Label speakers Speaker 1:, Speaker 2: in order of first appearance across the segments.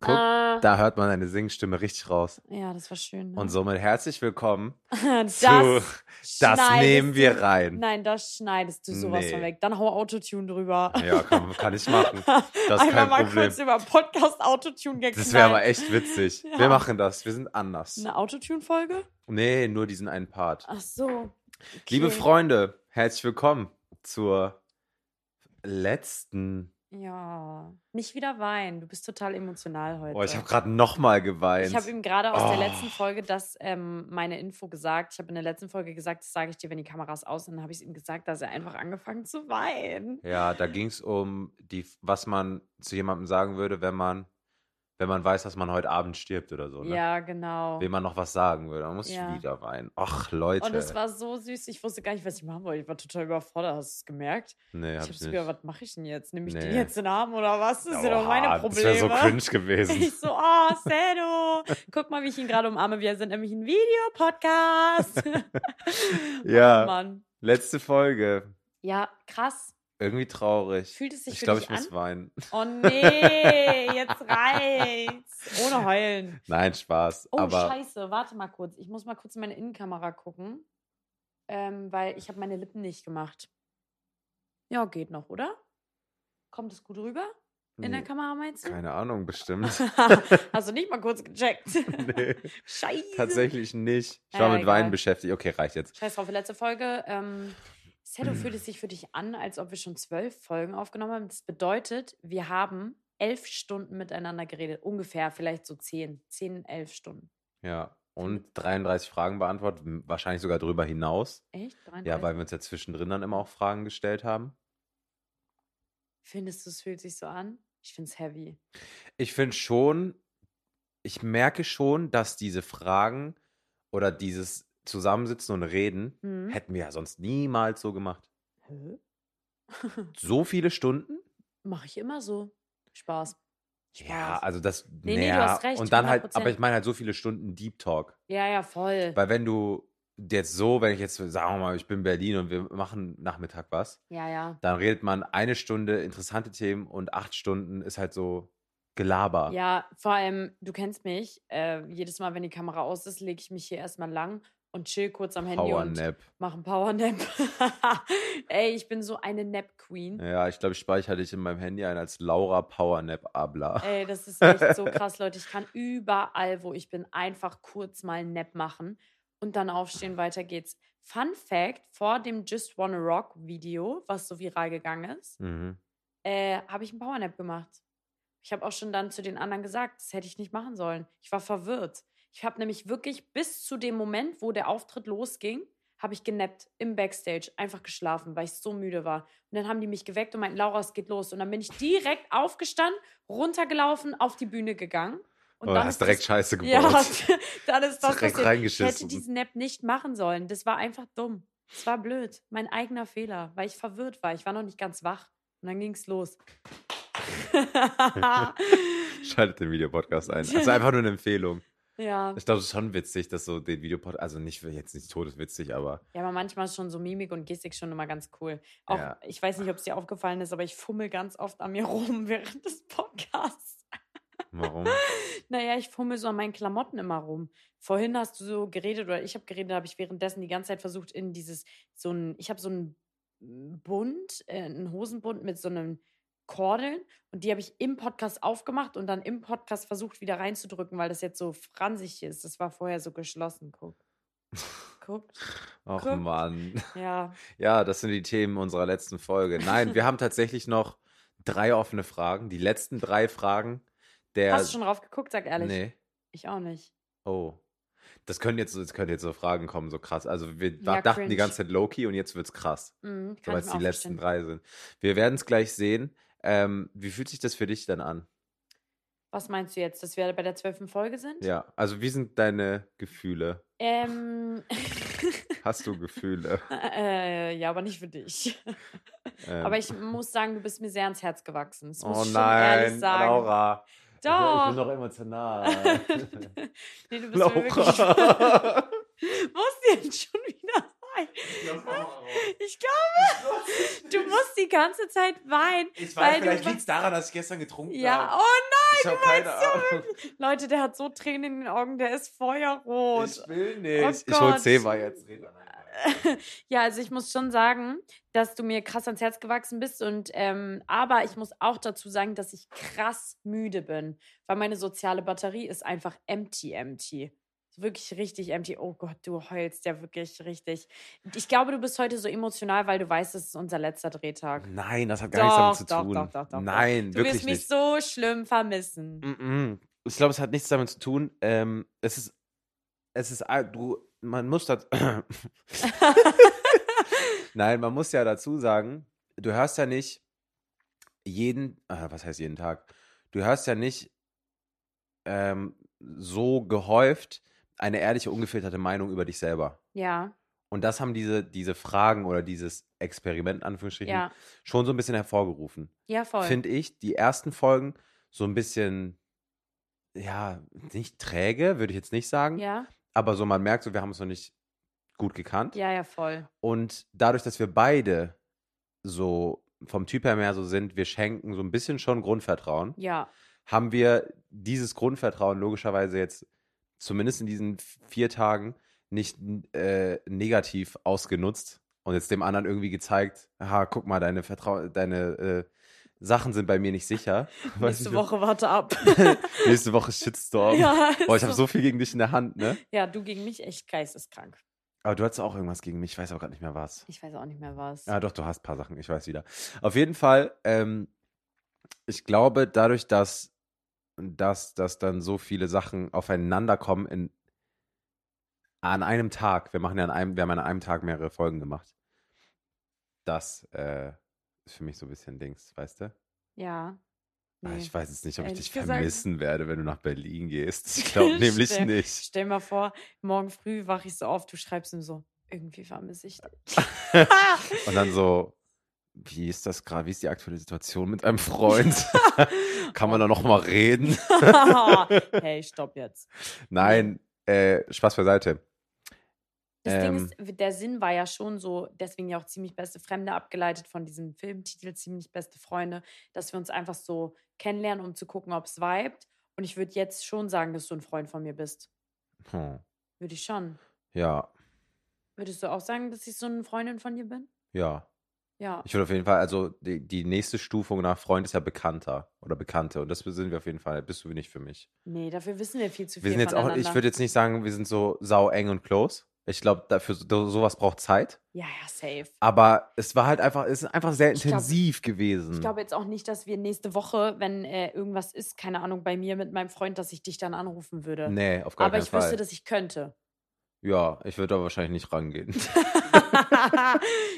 Speaker 1: Guck,
Speaker 2: Ah.
Speaker 1: da hört man eine Singstimme richtig raus.
Speaker 2: Ja, das war schön. Ne?
Speaker 1: Und somit herzlich willkommen
Speaker 2: das
Speaker 1: zu Das
Speaker 2: schneidest
Speaker 1: nehmen wir
Speaker 2: du-
Speaker 1: rein.
Speaker 2: Nein, das schneidest du sowas
Speaker 1: Nee.
Speaker 2: von weg. Dann hau Autotune drüber.
Speaker 1: Ja, komm, kann ich machen. Das ist
Speaker 2: Einmal
Speaker 1: kein
Speaker 2: mal
Speaker 1: Problem.
Speaker 2: kurz über Podcast Autotune geknallt.
Speaker 1: Das wäre aber echt witzig.
Speaker 2: Ja.
Speaker 1: Wir machen das. Wir sind anders.
Speaker 2: Eine Autotune-Folge?
Speaker 1: Nee, nur diesen einen Part.
Speaker 2: Ach so. Okay.
Speaker 1: Liebe Freunde, herzlich willkommen zur letzten.
Speaker 2: Ja. Nicht wieder weinen. Du bist total emotional heute.
Speaker 1: Oh, ich habe gerade nochmal geweint.
Speaker 2: Ich habe ihm gerade aus der
Speaker 1: Oh.
Speaker 2: letzten Folge das, ähm, meine Info gesagt. Ich habe in der letzten Folge gesagt, das sage ich dir, wenn die Kameras aus sind. Dann habe ich ihm gesagt, dass er einfach angefangen zu weinen.
Speaker 1: ja, da ging es um die, was man zu jemandem sagen würde, wenn man, wenn man weiß, dass man heute Abend stirbt oder so. Ne?
Speaker 2: Ja, genau.
Speaker 1: Wem man noch was sagen würde, dann muss
Speaker 2: Ja.
Speaker 1: ich wieder weinen. Ach, Leute.
Speaker 2: Und es war so süß. Ich wusste gar nicht, was ich machen wollte. Ich war total überfordert. Hast du es gemerkt?
Speaker 1: nee,
Speaker 2: ich
Speaker 1: hab's
Speaker 2: habe so
Speaker 1: nicht.
Speaker 2: gedacht, was mache ich denn jetzt? Nehme ich den
Speaker 1: Nee.
Speaker 2: jetzt in den Arm oder was? Das sind
Speaker 1: Oha,
Speaker 2: doch meine Probleme.
Speaker 1: Das wäre so cringe gewesen.
Speaker 2: Ich so, oh, Sedo. Guck mal, wie ich ihn gerade umarme. Wir sind nämlich ein Videopodcast.
Speaker 1: ja,
Speaker 2: Oh, Mann.
Speaker 1: letzte Folge.
Speaker 2: Ja, krass.
Speaker 1: Irgendwie traurig.
Speaker 2: Fühlt es sich
Speaker 1: ich
Speaker 2: für
Speaker 1: glaube,
Speaker 2: dich
Speaker 1: ich muss
Speaker 2: an?
Speaker 1: weinen.
Speaker 2: Oh nee, jetzt reicht's. Ohne heulen.
Speaker 1: Nein, Spaß.
Speaker 2: Oh,
Speaker 1: aber
Speaker 2: scheiße, warte mal kurz. Ich muss mal kurz in meine Innenkamera gucken. Ähm, weil ich habe meine Lippen nicht gemacht. Ja, geht noch, oder? Kommt es gut rüber? In der
Speaker 1: Nee,
Speaker 2: Kamera meinst du?
Speaker 1: keine Ahnung, bestimmt.
Speaker 2: Hast du nicht mal kurz gecheckt?
Speaker 1: nee,
Speaker 2: Scheiße.
Speaker 1: tatsächlich nicht. Ich
Speaker 2: Ja,
Speaker 1: war mit
Speaker 2: egal.
Speaker 1: Weinen beschäftigt. Okay, reicht jetzt.
Speaker 2: Scheiß drauf, letzte Folge. Ähm, Sedo fühlt es sich für dich an, als ob wir schon zwölf Folgen aufgenommen haben. Das bedeutet, wir haben elf Stunden miteinander geredet. Ungefähr, vielleicht so zehn. Zehn, elf Stunden.
Speaker 1: Ja.
Speaker 2: Hm.
Speaker 1: Und 33 Fragen beantwortet, m- wahrscheinlich sogar drüber hinaus.
Speaker 2: Echt? 33?
Speaker 1: Ja, weil wir uns ja zwischendrin dann immer auch Fragen gestellt haben.
Speaker 2: Findest du, es fühlt sich so an? Ich find's heavy.
Speaker 1: Ich finde schon, ich merke schon, dass diese Fragen oder dieses Zusammensitzen und Reden
Speaker 2: Hm?
Speaker 1: hätten wir ja sonst niemals so gemacht.
Speaker 2: Hä?
Speaker 1: So viele Stunden?
Speaker 2: Mach ich immer so. Spaß. Spaß.
Speaker 1: Ja, also das.
Speaker 2: Nee, nee, du
Speaker 1: naja,
Speaker 2: hast recht,
Speaker 1: Und dann halt,
Speaker 2: 100%.
Speaker 1: aber ich meine halt so viele Stunden Deep Talk.
Speaker 2: ja, ja, voll.
Speaker 1: Weil wenn du jetzt so, wenn ich jetzt, sagen wir mal, ich bin in Berlin und wir machen Nachmittag was,
Speaker 2: Ja, ja.
Speaker 1: dann redet man eine Stunde interessante Themen und acht Stunden ist halt so Gelaber.
Speaker 2: Ja, vor allem, du kennst mich. Äh, jedes Mal, wenn die Kamera aus ist, lege ich mich hier erstmal lang und chill kurz am Handy und
Speaker 1: Powernap.
Speaker 2: mach einen Powernap. Ey, ich bin so eine Nap-Queen.
Speaker 1: Ja, ich glaube, ich speichere dich in meinem Handy ein als Laura Powernap Abla.
Speaker 2: Ey, das ist echt so krass, Leute. Ich kann überall, wo ich bin, einfach kurz mal einen Nap machen und dann aufstehen, weiter geht's. Fun Fact: Vor dem Just Wanna Rock Video, was so viral gegangen ist,
Speaker 1: Mhm.
Speaker 2: äh, habe ich einen Powernap gemacht. Ich habe auch schon dann zu den anderen gesagt, das hätte ich nicht machen sollen. Ich war verwirrt. Ich habe nämlich wirklich bis zu dem Moment, wo der Auftritt losging, habe ich genappt im Backstage, einfach geschlafen, weil ich so müde war. Und dann haben die mich geweckt und meinten, Laura, es geht los. Und dann bin ich direkt aufgestanden, runtergelaufen, auf die Bühne gegangen. Und
Speaker 1: Und
Speaker 2: dann
Speaker 1: Oh, hast
Speaker 2: ist das-
Speaker 1: direkt Scheiße gebaut.
Speaker 2: Ja, dann
Speaker 1: direkt
Speaker 2: ist das passiert. Ich hätte
Speaker 1: reingeschissen.
Speaker 2: diesen Nap nicht machen sollen. Das war einfach dumm. Das war blöd. Mein eigener Fehler, weil ich verwirrt war. Ich war noch nicht ganz wach. Und dann ging's los.
Speaker 1: Schaltet den Videopodcast ein. Also einfach nur eine Empfehlung.
Speaker 2: ja.
Speaker 1: Ich glaube, es ist schon witzig, dass so den Videopodcast, also nicht jetzt nicht todeswitzig, aber
Speaker 2: ja, aber manchmal ist schon so Mimik und Gestik schon immer ganz cool. Auch,
Speaker 1: Ja.
Speaker 2: ich weiß nicht, ob es dir aufgefallen ist, aber ich fummel ganz oft an mir rum während des Podcasts.
Speaker 1: warum?
Speaker 2: Naja, ich fummel so an meinen Klamotten immer rum. Vorhin hast du so geredet oder ich habe geredet, habe ich währenddessen die ganze Zeit versucht, in dieses, so ein, ich habe so einen Bund, äh, einen Hosenbund mit so einem Kordeln und die habe ich im Podcast aufgemacht und dann im Podcast versucht, wieder reinzudrücken, weil das jetzt so fransig ist. Das war vorher so geschlossen, guck. Guckt.
Speaker 1: Och
Speaker 2: Guck.
Speaker 1: Mann.
Speaker 2: Ja.
Speaker 1: Ja, das sind die Themen unserer letzten Folge. Nein, wir haben tatsächlich noch drei offene Fragen. Die letzten drei Fragen der.
Speaker 2: Hast du schon drauf geguckt, sag ehrlich?
Speaker 1: Nee.
Speaker 2: Ich auch nicht.
Speaker 1: Oh. Das können jetzt, das können jetzt so Fragen kommen, so krass. Also wir
Speaker 2: Ja,
Speaker 1: dachten die
Speaker 2: cringe.
Speaker 1: ganze Zeit Loki und jetzt wird's krass,
Speaker 2: Mhm,
Speaker 1: so
Speaker 2: kann
Speaker 1: weil
Speaker 2: ich
Speaker 1: es
Speaker 2: mir
Speaker 1: die
Speaker 2: auch
Speaker 1: letzten
Speaker 2: verstehen.
Speaker 1: drei sind. Wir werden es gleich sehen. Ähm, wie fühlt sich das für dich dann an?
Speaker 2: Was meinst du jetzt, dass wir bei der zwölften Folge sind?
Speaker 1: Ja, also wie sind deine Gefühle?
Speaker 2: Ähm,
Speaker 1: Hast du Gefühle?
Speaker 2: äh, ja, aber nicht für dich.
Speaker 1: Ähm,
Speaker 2: Aber ich muss sagen, du bist mir sehr ans Herz gewachsen. Das muss
Speaker 1: oh
Speaker 2: ich schon ehrlich
Speaker 1: nein,
Speaker 2: sagen.
Speaker 1: Laura. Ich- Ich bin
Speaker 2: Doch.
Speaker 1: noch emotional.
Speaker 2: nee, du bist mir wirklich.
Speaker 1: Laura.
Speaker 2: muss jetzt schon wieder sein. Ich glaube, du musst die ganze Zeit weinen.
Speaker 1: Ich
Speaker 2: Weil
Speaker 1: weiß,
Speaker 2: du
Speaker 1: vielleicht
Speaker 2: wa-
Speaker 1: liegt es daran, dass ich gestern getrunken
Speaker 2: Ja, oh,
Speaker 1: habe.
Speaker 2: und
Speaker 1: ich habe keine Ahnung.
Speaker 2: Leute, der hat so Tränen in den Augen, der ist feuerrot.
Speaker 1: Ich will nicht.
Speaker 2: Oh
Speaker 1: ich hol
Speaker 2: Gott.
Speaker 1: Zeva jetzt.
Speaker 2: ja, also ich muss schon sagen, dass du mir krass ans Herz gewachsen bist und ähm, aber ich muss auch dazu sagen, dass ich krass müde bin, weil meine soziale Batterie ist einfach empty, empty. Wirklich richtig empty. Oh Gott, du heulst ja wirklich richtig. Ich glaube, du bist heute so emotional, weil du weißt, es ist unser letzter Drehtag.
Speaker 1: Nein, das hat gar nichts damit zu
Speaker 2: Doch, doch,
Speaker 1: tun.
Speaker 2: doch, doch, doch, doch.
Speaker 1: Nein,
Speaker 2: Du
Speaker 1: wirklich
Speaker 2: wirst mich
Speaker 1: nicht.
Speaker 2: so schlimm vermissen.
Speaker 1: Mm-mm. Ich glaube, es hat nichts damit zu tun. Ähm, es ist, es ist, all- du, man muss das. Nein, man muss ja dazu sagen, du hörst ja nicht jeden, ah, was heißt jeden Tag? Du hörst ja nicht ähm, so gehäuft eine ehrliche, ungefilterte Meinung über dich selber.
Speaker 2: Ja,
Speaker 1: Und das haben diese, diese Fragen oder dieses Experiment, in Anführungsstrichen,
Speaker 2: ja,
Speaker 1: schon so ein bisschen hervorgerufen.
Speaker 2: ja, voll.
Speaker 1: Finde ich die ersten Folgen so ein bisschen, ja, nicht träge, würde ich jetzt nicht sagen,
Speaker 2: ja,
Speaker 1: aber so man merkt so, wir haben uns noch nicht gut gekannt.
Speaker 2: ja, ja, voll.
Speaker 1: Und dadurch, dass wir beide so vom Typ her mehr so sind, wir schenken so ein bisschen schon Grundvertrauen,
Speaker 2: Ja,
Speaker 1: haben wir dieses Grundvertrauen logischerweise jetzt zumindest in diesen vier Tagen nicht äh, negativ ausgenutzt und jetzt dem anderen irgendwie gezeigt, aha, guck mal, deine Vertrau deine äh, Sachen sind bei mir nicht sicher. Weiß
Speaker 2: nächste
Speaker 1: nicht,
Speaker 2: Woche warte ab.
Speaker 1: ob- nächste Woche Shitstorm.
Speaker 2: ja,
Speaker 1: Boah, ich
Speaker 2: ist
Speaker 1: habe so viel gegen dich in der Hand, ne?
Speaker 2: Ja, du gegen mich echt geisteskrank.
Speaker 1: Aber du hattest auch irgendwas gegen mich, ich weiß aber gerade nicht mehr was.
Speaker 2: Ich weiß auch nicht mehr was.
Speaker 1: Ja, Ah, doch, du hast ein paar Sachen, ich weiß wieder. Auf jeden Fall, ähm, ich glaube, dadurch, dass, dass, dass dann so viele Sachen aufeinander kommen in, an einem Tag, wir machen ja an einem, wir haben an einem Tag mehrere Folgen gemacht. Das äh, ist für mich so ein bisschen Dings, weißt du?
Speaker 2: Ja.
Speaker 1: Ah,
Speaker 2: Nee.
Speaker 1: Ich weiß jetzt nicht, ob ich
Speaker 2: Ehrlich
Speaker 1: dich
Speaker 2: gesagt-
Speaker 1: vermissen werde, wenn du nach Berlin gehst. Ich glaube nämlich
Speaker 2: Stimmt.
Speaker 1: nicht.
Speaker 2: Stell mal vor, morgen früh wache ich so auf, du schreibst ihm so, irgendwie vermisse ich dich.
Speaker 1: Und dann so, wie ist das gerade, wie ist die aktuelle Situation mit einem Freund? Kann man da noch mal reden? also
Speaker 2: hey, stopp jetzt.
Speaker 1: Nein, äh, Spaß beiseite.
Speaker 2: Das
Speaker 1: Ähm.
Speaker 2: Ding ist, der Sinn war ja schon so, deswegen ja auch ziemlich beste Fremde abgeleitet von diesem Filmtitel, ziemlich beste Freunde, dass wir uns einfach so kennenlernen, um zu gucken, ob es vibet. Und ich würde jetzt schon sagen, dass du ein Freund von mir bist.
Speaker 1: Hm.
Speaker 2: Würde ich schon.
Speaker 1: Ja,
Speaker 2: Würdest du auch sagen, dass ich so eine Freundin von dir bin?
Speaker 1: ja.
Speaker 2: Ja.
Speaker 1: Ich würde auf jeden Fall, also die, die nächste Stufung nach Freund ist ja Bekannter oder Bekannte. Und das sind wir auf jeden Fall, bist du nicht für mich.
Speaker 2: Nee, dafür wissen wir viel zu viel.
Speaker 1: Wir sind jetzt auch, ich
Speaker 2: voneinander.
Speaker 1: würde jetzt nicht sagen, wir sind so sau eng und close. Ich glaube, dafür so- sowas braucht Zeit.
Speaker 2: Ja, ja, safe.
Speaker 1: Aber es war halt einfach, es ist einfach sehr
Speaker 2: Ich glaub-
Speaker 1: intensiv gewesen.
Speaker 2: Ich glaube jetzt auch nicht, dass wir nächste Woche, wenn äh, irgendwas ist, keine Ahnung, bei mir mit meinem Freund, dass ich dich dann anrufen würde.
Speaker 1: nee, Hm, auf gar
Speaker 2: Aber
Speaker 1: keinen
Speaker 2: ich
Speaker 1: Fall.
Speaker 2: wüsste, dass ich könnte.
Speaker 1: Ja, ich würde da wahrscheinlich nicht rangehen.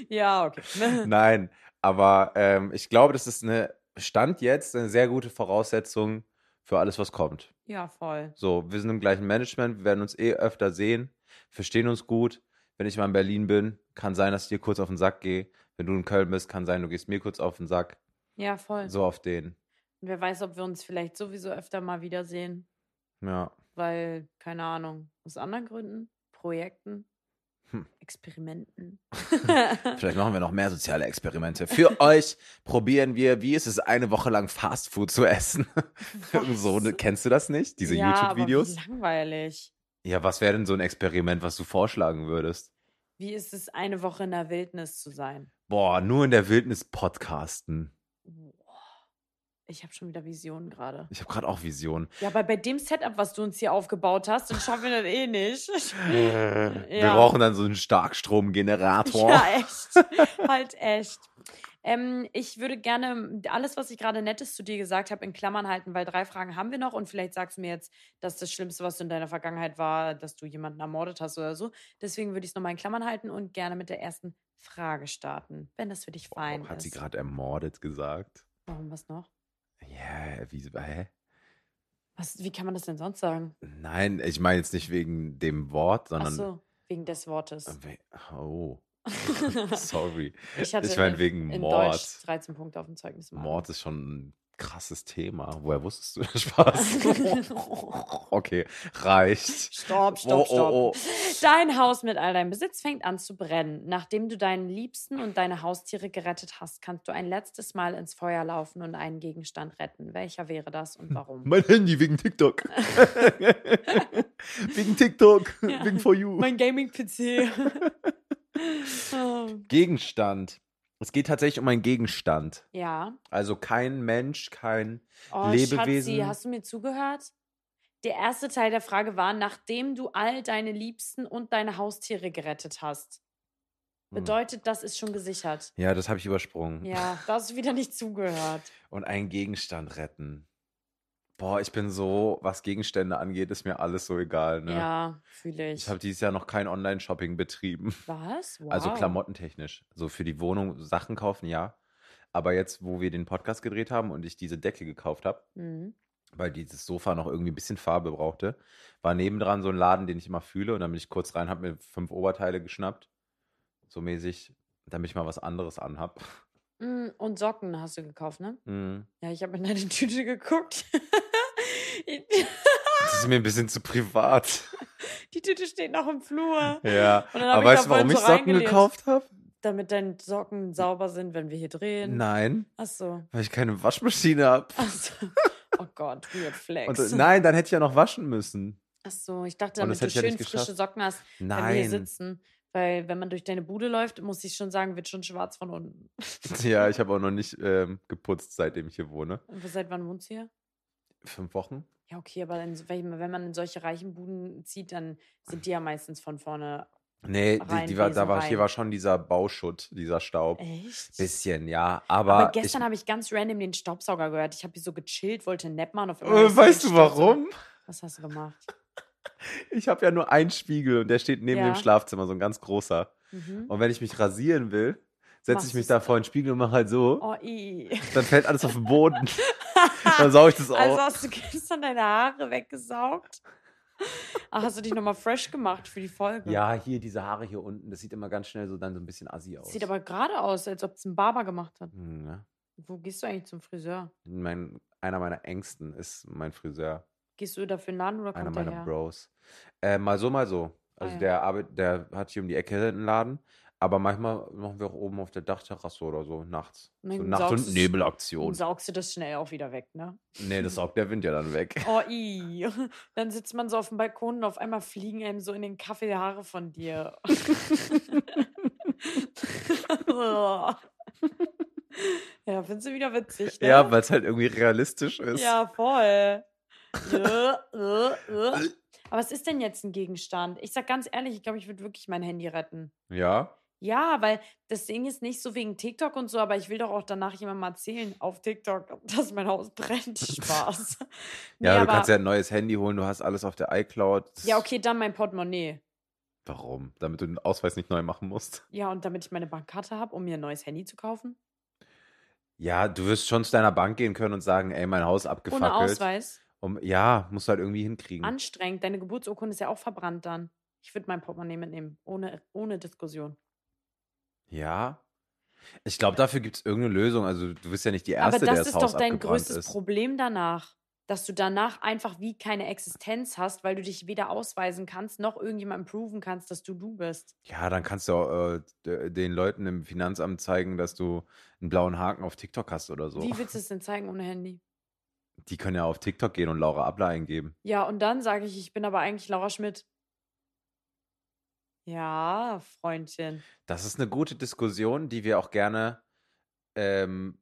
Speaker 2: ja, okay.
Speaker 1: Nein, aber ähm, ich glaube, das ist eine Stand jetzt eine sehr gute Voraussetzung für alles, was kommt.
Speaker 2: Ja, voll.
Speaker 1: So, wir sind im gleichen Management, wir werden uns eh öfter sehen, verstehen uns gut. Wenn ich mal in Berlin bin, kann sein, dass ich dir kurz auf den Sack gehe. Wenn du in Köln bist, kann sein, du gehst mir kurz auf den Sack.
Speaker 2: Ja, voll.
Speaker 1: So auf den.
Speaker 2: Und wer weiß, ob wir uns vielleicht sowieso öfter mal wiedersehen,
Speaker 1: Ja.
Speaker 2: weil, keine Ahnung, aus anderen Gründen, Projekten,
Speaker 1: Hm.
Speaker 2: Experimenten.
Speaker 1: Vielleicht machen wir noch mehr soziale Experimente. Für euch probieren wir, wie ist es, eine Woche lang Fast Food zu essen. Irgend so,
Speaker 2: Was?
Speaker 1: ne, kennst du das nicht? Diese
Speaker 2: ja, aber wie
Speaker 1: YouTube-Videos?
Speaker 2: Langweilig.
Speaker 1: Ja, was wäre denn so ein Experiment, was du vorschlagen würdest?
Speaker 2: Wie ist es, eine Woche in der Wildnis zu sein?
Speaker 1: Boah, nur in der Wildnis podcasten.
Speaker 2: Boah. Ich habe schon wieder Visionen gerade.
Speaker 1: Ich habe gerade auch Visionen.
Speaker 2: Ja, aber bei dem Setup, was du uns hier aufgebaut hast, dann schaffen wir das eh nicht.
Speaker 1: Äh, Wir
Speaker 2: Ja.
Speaker 1: brauchen dann so einen Starkstromgenerator.
Speaker 2: Ja, echt. halt echt. Ähm, ich würde gerne alles, was ich gerade Nettes zu dir gesagt habe, in Klammern halten, weil drei Fragen haben wir noch und vielleicht sagst du mir jetzt, dass das Schlimmste, was du in deiner Vergangenheit war, dass du jemanden ermordet hast oder so. Deswegen würde ich es nochmal in Klammern halten und gerne mit der ersten Frage starten, wenn das für dich fein
Speaker 1: Oh, hat
Speaker 2: ist.
Speaker 1: sie gerade ermordet gesagt?
Speaker 2: Warum was noch?
Speaker 1: Ja, wie, hä?
Speaker 2: Was, wie kann man das denn sonst sagen?
Speaker 1: Nein, ich meine jetzt nicht wegen dem Wort,
Speaker 2: Ach
Speaker 1: sondern.
Speaker 2: so, wegen des Wortes.
Speaker 1: We- Oh. Sorry.
Speaker 2: Ich hatte
Speaker 1: ich meine
Speaker 2: in-
Speaker 1: wegen
Speaker 2: in
Speaker 1: Mord.
Speaker 2: Deutsch 13 Punkte auf dem Zeugnis. im Abi.
Speaker 1: Mord ist schon ein krasses Thema. Woher wusstest du das Spaß? okay, reicht.
Speaker 2: Stopp, stopp,
Speaker 1: Oh, oh,
Speaker 2: stopp. Dein Haus mit all deinem Besitz fängt an zu brennen. Nachdem du deinen Liebsten und deine Haustiere gerettet hast, kannst du ein letztes Mal ins Feuer laufen und einen Gegenstand retten. Welcher wäre das und warum?
Speaker 1: Mein Handy wegen TikTok. wegen TikTok.
Speaker 2: Ja.
Speaker 1: Wegen For You.
Speaker 2: Gaming-PC.
Speaker 1: Gegenstand. Es geht tatsächlich um einen Gegenstand.
Speaker 2: ja.
Speaker 1: Also kein Mensch, kein.
Speaker 2: Oh, Schatzi,
Speaker 1: Lebewesen.
Speaker 2: hast du mir zugehört? Der erste Teil der Frage war, nachdem du all deine Liebsten und deine Haustiere gerettet hast. Hm. Bedeutet, das ist schon gesichert.
Speaker 1: Ja, das habe ich übersprungen.
Speaker 2: Ja, da hast du wieder nicht zugehört.
Speaker 1: Und einen Gegenstand retten. Boah, ich bin so, was Gegenstände angeht, ist mir alles so egal. Ne?
Speaker 2: Ja, fühle ich.
Speaker 1: Ich habe dieses Jahr noch kein Online-Shopping betrieben.
Speaker 2: Was? Wow.
Speaker 1: Also klamottentechnisch. So für die Wohnung Sachen kaufen, ja. Aber jetzt, wo wir den Podcast gedreht haben und ich diese Decke gekauft habe,
Speaker 2: Mhm.
Speaker 1: weil dieses Sofa noch irgendwie ein bisschen Farbe brauchte, war nebendran so ein Laden, den ich immer fühle. Und dann bin ich kurz rein, habe mir fünf Oberteile geschnappt. So mäßig, damit ich mal was anderes anhab.
Speaker 2: Mm, Und Socken hast du gekauft, ne?
Speaker 1: Mhm.
Speaker 2: Ja, ich habe in deine Tüte geguckt.
Speaker 1: Das ist mir ein bisschen zu privat.
Speaker 2: Die Tüte steht noch im Flur.
Speaker 1: Ja.
Speaker 2: Und dann hab
Speaker 1: Aber
Speaker 2: ich da
Speaker 1: weißt du, warum
Speaker 2: vorhin
Speaker 1: ich
Speaker 2: so
Speaker 1: Socken
Speaker 2: reingelegt.
Speaker 1: gekauft habe?
Speaker 2: Damit deine Socken sauber sind, wenn wir hier drehen.
Speaker 1: Nein,
Speaker 2: Ach so.
Speaker 1: weil ich keine Waschmaschine habe.
Speaker 2: Ach so. Oh Gott, weird flex.
Speaker 1: Und, äh, nein, dann hätte ich ja noch waschen müssen.
Speaker 2: Ach so, ich dachte,
Speaker 1: Und
Speaker 2: damit
Speaker 1: das
Speaker 2: du
Speaker 1: hätte ich ja
Speaker 2: schön
Speaker 1: nicht
Speaker 2: frische
Speaker 1: geschafft.
Speaker 2: Socken hast, wenn wir hier
Speaker 1: Nein.
Speaker 2: sitzen. Weil wenn man durch deine Bude läuft, muss ich schon sagen, wird schon schwarz von unten.
Speaker 1: Ja, ich habe auch noch nicht ähm, geputzt, seitdem ich hier wohne.
Speaker 2: Und seit wann wohnst du hier?
Speaker 1: Fünf Wochen?
Speaker 2: Ja, okay, aber in, wenn wenn man in solche reichen Buden zieht, dann sind die ja meistens von vorne.
Speaker 1: Nee, die, die war,
Speaker 2: Reinlesen,
Speaker 1: da war,
Speaker 2: rein.
Speaker 1: hier war schon dieser Bauschutt, dieser Staub.
Speaker 2: Echt?
Speaker 1: Bisschen, ja. Aber,
Speaker 2: Aber
Speaker 1: ich,
Speaker 2: gestern habe ich ganz random den Staubsauger gehört. Ich habe hier so gechillt, wollte einen Nap machen. Auf
Speaker 1: äh,
Speaker 2: einmal hörst
Speaker 1: weißt
Speaker 2: den
Speaker 1: du
Speaker 2: Staubsauger.
Speaker 1: warum?
Speaker 2: Was hast du gemacht?
Speaker 1: Ich habe ja nur einen Spiegel und der steht neben
Speaker 2: Ja.
Speaker 1: dem Schlafzimmer, so ein ganz großer.
Speaker 2: Mhm.
Speaker 1: Und wenn ich mich rasieren will, setze
Speaker 2: Machst
Speaker 1: ich mich
Speaker 2: du's
Speaker 1: da vor den Spiegel und mache halt so.
Speaker 2: Oh, i.
Speaker 1: Dann fällt alles auf den Boden. dann sauge ich das auf.
Speaker 2: Also hast du gestern deine Haare weggesaugt? Ach, hast du dich nochmal fresh gemacht für die Folge?
Speaker 1: ja, hier diese Haare hier unten, das sieht immer ganz schnell so dann so ein bisschen assi aus.
Speaker 2: Sieht aber gerade aus, als ob es ein Barber gemacht hat.
Speaker 1: Hm, ne?
Speaker 2: Wo gehst du eigentlich zum Friseur?
Speaker 1: mein, einer meiner Ängsten ist mein Friseur.
Speaker 2: Gehst du dafür in den Laden oder
Speaker 1: Einer
Speaker 2: kommt der
Speaker 1: meiner
Speaker 2: her?
Speaker 1: Bros. Äh, mal so, mal so.
Speaker 2: Ah,
Speaker 1: Also
Speaker 2: ja.
Speaker 1: der arbeitet, der hat hier um die Ecke einen Laden, aber manchmal machen wir auch oben auf der Dachterrasse oder so nachts.
Speaker 2: Und
Speaker 1: So
Speaker 2: dann
Speaker 1: Nacht-
Speaker 2: saugst
Speaker 1: und
Speaker 2: du's- Und
Speaker 1: Nebelaktion.
Speaker 2: saugst du das schnell auch wieder weg, ne?
Speaker 1: Nee, das saugt der Wind ja dann weg.
Speaker 2: Oh, i. Dann sitzt man so auf dem Balkon und auf einmal fliegen einem so in den Kaffee die Haare von dir. ja, findest du wieder witzig, ne?
Speaker 1: Ja, weil es halt irgendwie realistisch ist.
Speaker 2: Ja, voll. Ja, ja, ja. Aber was ist denn jetzt ein Gegenstand? Ich sag ganz ehrlich, ich glaube, ich würde wirklich mein Handy retten.
Speaker 1: Ja?
Speaker 2: Ja, weil das Ding ist nicht so wegen TikTok und so, aber ich will doch auch danach jemandem erzählen auf TikTok, dass mein Haus brennt. Spaß. Nee,
Speaker 1: Ja, du
Speaker 2: aber-
Speaker 1: kannst ja ein neues Handy holen, du hast alles auf der iCloud. Das-
Speaker 2: Ja, okay, dann mein Portemonnaie.
Speaker 1: Warum? Damit du den Ausweis nicht neu machen musst.
Speaker 2: Ja, und damit ich meine Bankkarte habe, um mir ein neues Handy zu kaufen.
Speaker 1: Ja, du wirst schon zu deiner Bank gehen können und sagen, ey, mein Haus abgefackelt.
Speaker 2: Ohne Ausweis.
Speaker 1: Um, ja, musst du halt irgendwie hinkriegen.
Speaker 2: Anstrengend. Deine Geburtsurkunde ist ja auch verbrannt dann. Ich würde mein Portemonnaie mitnehmen. Ohne, ohne Diskussion.
Speaker 1: Ja. Ich glaube, dafür gibt es irgendeine Lösung. Also du bist ja nicht die Erste,
Speaker 2: aber
Speaker 1: der
Speaker 2: das
Speaker 1: das
Speaker 2: ist
Speaker 1: Haus
Speaker 2: doch dein
Speaker 1: abgebrannt
Speaker 2: größtes
Speaker 1: ist.
Speaker 2: Problem danach. Dass du danach einfach wie keine Existenz hast, weil du dich weder ausweisen kannst, noch irgendjemandem proven kannst, dass du du bist.
Speaker 1: Ja, dann kannst du auch, äh, d- den Leuten im Finanzamt zeigen, dass du einen blauen Haken auf TikTok hast oder so.
Speaker 2: Wie willst du es denn zeigen ohne Handy?
Speaker 1: Die können ja auf TikTok gehen und Laura Abler eingeben.
Speaker 2: Ja, und dann sage ich, ich bin aber eigentlich Laura Schmidt. Ja, Freundchen.
Speaker 1: Das ist eine gute Diskussion, die wir auch gerne. Ähm,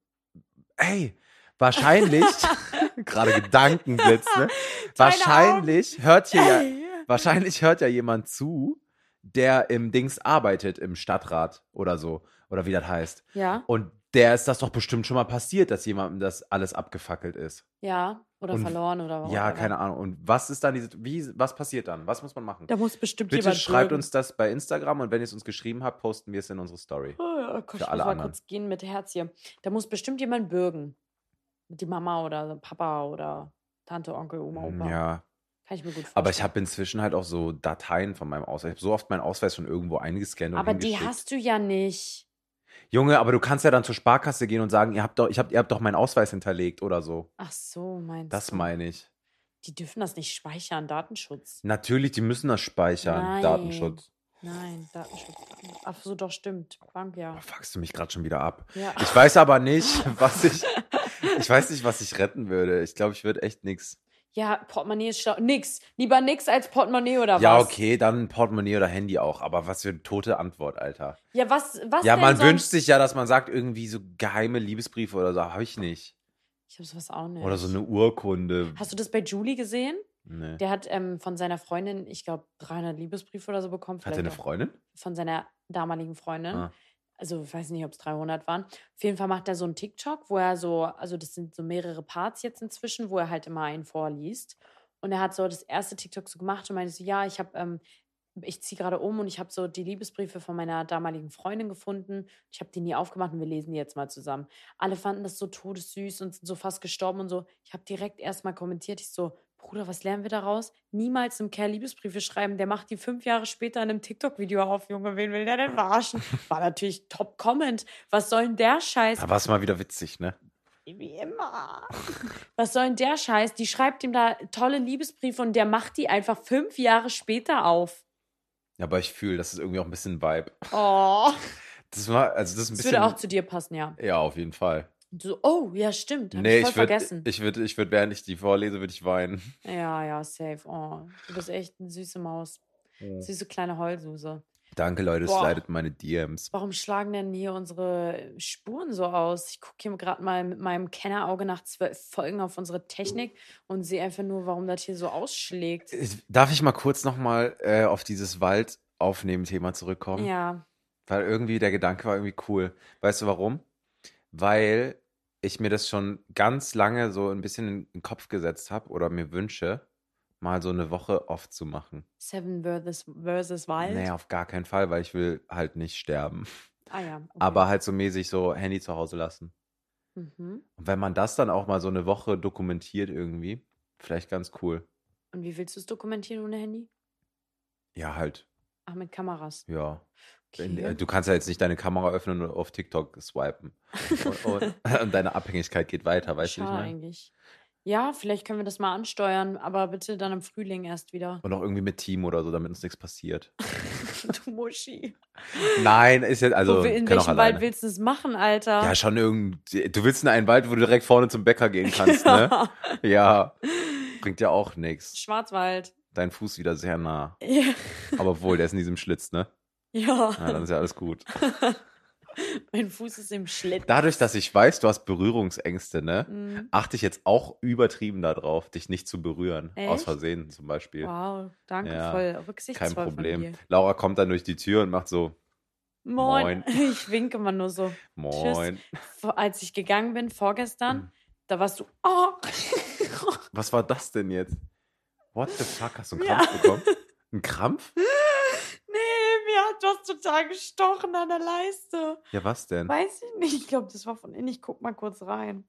Speaker 1: hey, Wahrscheinlich, gerade Gedankenblitz, ne? Wahrscheinlich hört hier ja, wahrscheinlich hört ja jemand zu, der im Dings arbeitet, im Stadtrat oder so, oder wie das heißt.
Speaker 2: Ja,
Speaker 1: Und der ist das doch bestimmt schon mal passiert, dass jemandem das alles abgefackelt ist.
Speaker 2: ja. Oder
Speaker 1: Und-
Speaker 2: verloren oder
Speaker 1: Ja,
Speaker 2: whatever.
Speaker 1: keine Ahnung. Und was ist dann diese, wie, was passiert dann? Was muss man machen?
Speaker 2: Da muss bestimmt
Speaker 1: Bitte
Speaker 2: jemand.
Speaker 1: schreibt
Speaker 2: bürgen.
Speaker 1: uns das bei Instagram und wenn ihr es uns geschrieben habt, posten wir es in unsere Story.
Speaker 2: Oh, ja, oh Gott,
Speaker 1: für
Speaker 2: ich
Speaker 1: alle
Speaker 2: muss mal
Speaker 1: anderen.
Speaker 2: kurz gehen mit Herz hier. Da muss bestimmt jemand bürgen. Die Mama oder Papa oder Tante, Onkel, Oma, Opa.
Speaker 1: Mm, Ja,
Speaker 2: Kann ich mir gut vorstellen.
Speaker 1: aber ich habe inzwischen halt auch so Dateien von meinem Ausweis. Ich habe so oft meinen Ausweis schon irgendwo eingescannt und
Speaker 2: Aber die
Speaker 1: hingeschickt.
Speaker 2: hast du ja nicht.
Speaker 1: Junge, aber du kannst ja dann zur Sparkasse gehen und sagen, ihr habt doch, ich hab, ihr habt doch meinen Ausweis hinterlegt oder so.
Speaker 2: Ach so, meinst
Speaker 1: Das
Speaker 2: du?
Speaker 1: meine ich.
Speaker 2: Die dürfen das nicht speichern, Datenschutz.
Speaker 1: Natürlich, die müssen das speichern.
Speaker 2: Nein.
Speaker 1: Datenschutz.
Speaker 2: Nein, Datenschutz. Ach so, doch, stimmt. Bank,
Speaker 1: Oh,
Speaker 2: ja.
Speaker 1: fuckst du mich gerade schon wieder ab.
Speaker 2: ja.
Speaker 1: Ich weiß aber nicht, was ich. Ich weiß nicht, was ich retten würde. Ich glaube, ich würde echt nix.
Speaker 2: Ja, Portemonnaie ist schlau. Nix. Lieber nix als Portemonnaie oder
Speaker 1: ja,
Speaker 2: was?
Speaker 1: okay, dann Portemonnaie oder Handy auch. Aber was für eine tote Antwort, Alter.
Speaker 2: Ja, was, was
Speaker 1: ja,
Speaker 2: denn
Speaker 1: man
Speaker 2: sonst?
Speaker 1: wünscht sich ja, dass man sagt, irgendwie so geheime Liebesbriefe oder so. Habe ich nicht.
Speaker 2: Ich hab sowas auch nicht.
Speaker 1: Oder so eine Urkunde.
Speaker 2: Hast du das bei Julie gesehen?
Speaker 1: nee.
Speaker 2: Der hat ähm, von seiner Freundin, ich glaube, 300 Liebesbriefe oder so bekommen.
Speaker 1: Hat er
Speaker 2: vielleicht
Speaker 1: eine
Speaker 2: auch
Speaker 1: Freundin?
Speaker 2: Von seiner damaligen Freundin.
Speaker 1: Ah.
Speaker 2: Also, ich weiß nicht, ob es 300 waren. Auf jeden Fall macht er so einen TikTok, wo er so, also das sind so mehrere Parts jetzt inzwischen, wo er halt immer einen vorliest. Und er hat so das erste TikTok so gemacht und meinte so, ja, ich habe, ähm, ich ziehe gerade um und ich habe so die Liebesbriefe von meiner damaligen Freundin gefunden. Ich habe die nie aufgemacht und wir lesen die jetzt mal zusammen. Alle fanden das so todessüß und sind so fast gestorben und so. Ich habe direkt erstmal kommentiert, ich so, Bruder, was lernen wir daraus? Niemals einem Kerl Liebesbriefe schreiben. Der macht die fünf Jahre später in einem TikTok-Video auf, Junge. Wen will der denn verarschen? War natürlich Top-Comment. Was soll denn der Scheiß?
Speaker 1: Da war es mal wieder witzig, ne?
Speaker 2: Wie immer. Was soll denn der Scheiß? Die schreibt ihm da tolle Liebesbriefe und der macht die einfach fünf Jahre später auf.
Speaker 1: Ja, aber ich fühle, das ist irgendwie auch ein bisschen Vibe.
Speaker 2: Oh.
Speaker 1: Das war, also das ist ein
Speaker 2: Das
Speaker 1: bisschen.
Speaker 2: würde auch zu dir passen, ja.
Speaker 1: ja, auf jeden Fall.
Speaker 2: Und du so, oh, ja, stimmt. Hab
Speaker 1: nee,
Speaker 2: ich voll
Speaker 1: ich würde,
Speaker 2: vergessen.
Speaker 1: ich würde, ich würde, während ich die vorlese, würde ich weinen.
Speaker 2: ja, ja, safe. Oh, du bist echt eine süße Maus. Süße kleine Heulsuse.
Speaker 1: Oh. Danke, Leute,
Speaker 2: Boah.
Speaker 1: slidet meine DMs.
Speaker 2: Warum schlagen denn hier unsere Spuren so aus? Ich gucke hier gerade mal mit meinem Kennerauge nach zwölf Folgen auf unsere Technik und sehe einfach nur, warum das hier so ausschlägt.
Speaker 1: Ich- Äh, Darf ich mal kurz nochmal äh, auf dieses Wald aufnehmen Thema zurückkommen?
Speaker 2: Ja,
Speaker 1: Weil irgendwie der Gedanke war irgendwie cool. Weißt du warum? Weil ich mir das schon ganz lange so ein bisschen in den Kopf gesetzt habe oder mir wünsche, mal so eine Woche off zu machen.
Speaker 2: Seven versus, versus Wild.
Speaker 1: Nee, auf gar keinen Fall, weil ich will halt nicht sterben.
Speaker 2: Ah ja. okay.
Speaker 1: Aber halt so mäßig so Handy zu Hause lassen.
Speaker 2: Mhm.
Speaker 1: Und wenn man das dann auch mal so eine Woche dokumentiert irgendwie, vielleicht ganz cool.
Speaker 2: Und wie willst du es dokumentieren ohne Handy?
Speaker 1: Ja, halt,
Speaker 2: Ach, mit Kameras.
Speaker 1: ja. Wenn-
Speaker 2: Okay.
Speaker 1: äh, Du kannst ja jetzt nicht deine Kamera öffnen und auf TikTok swipen. Und, und, und deine Abhängigkeit geht weiter, weißt du, wie ich
Speaker 2: Schade
Speaker 1: meine?
Speaker 2: eigentlich. Ja, vielleicht können wir das mal ansteuern, aber bitte dann im Frühling erst wieder.
Speaker 1: Und auch irgendwie mit Team oder so, damit uns nichts passiert.
Speaker 2: du Muschi.
Speaker 1: Nein, ist jetzt,
Speaker 2: Also,
Speaker 1: also,
Speaker 2: Wo, will- in
Speaker 1: kann auch
Speaker 2: welchem Wald
Speaker 1: alleine.
Speaker 2: willst du es machen, Alter?
Speaker 1: Ja, schon irgendein, du willst in einen Wald, wo du direkt vorne zum Bäcker gehen kannst, ne? Ja, bringt ja auch nichts.
Speaker 2: Schwarzwald.
Speaker 1: Dein Fuß wieder sehr nah.
Speaker 2: Ja.
Speaker 1: Aber wohl, der ist in diesem Schlitz, ne? Ja, dann
Speaker 2: ja.
Speaker 1: ist ja alles gut.
Speaker 2: mein Fuß ist im Schlitten.
Speaker 1: Dadurch, dass ich weiß, du hast Berührungsängste, ne?
Speaker 2: Mhm.
Speaker 1: Achte ich jetzt auch übertrieben darauf, dich nicht zu berühren. Aus
Speaker 2: Echt?
Speaker 1: Versehen zum Beispiel.
Speaker 2: Wow, danke,
Speaker 1: Ja,
Speaker 2: voll rücksichtsvoll
Speaker 1: Kein
Speaker 2: von
Speaker 1: Problem.
Speaker 2: dir.
Speaker 1: Laura kommt dann durch die Tür und macht so,
Speaker 2: Moin. Ich winke mal nur so.
Speaker 1: moin.
Speaker 2: Vor- Als ich gegangen bin, vorgestern,
Speaker 1: Mhm.
Speaker 2: da warst du, oh,
Speaker 1: Was war das denn jetzt? What the fuck? Hast du einen
Speaker 2: Ja.
Speaker 1: Krampf bekommen? Ein Krampf?
Speaker 2: nee, mir hat was total gestochen an der Leiste.
Speaker 1: Ja, was denn?
Speaker 2: Weiß ich nicht. Ich glaube, das war von innen. Ich guck mal kurz rein.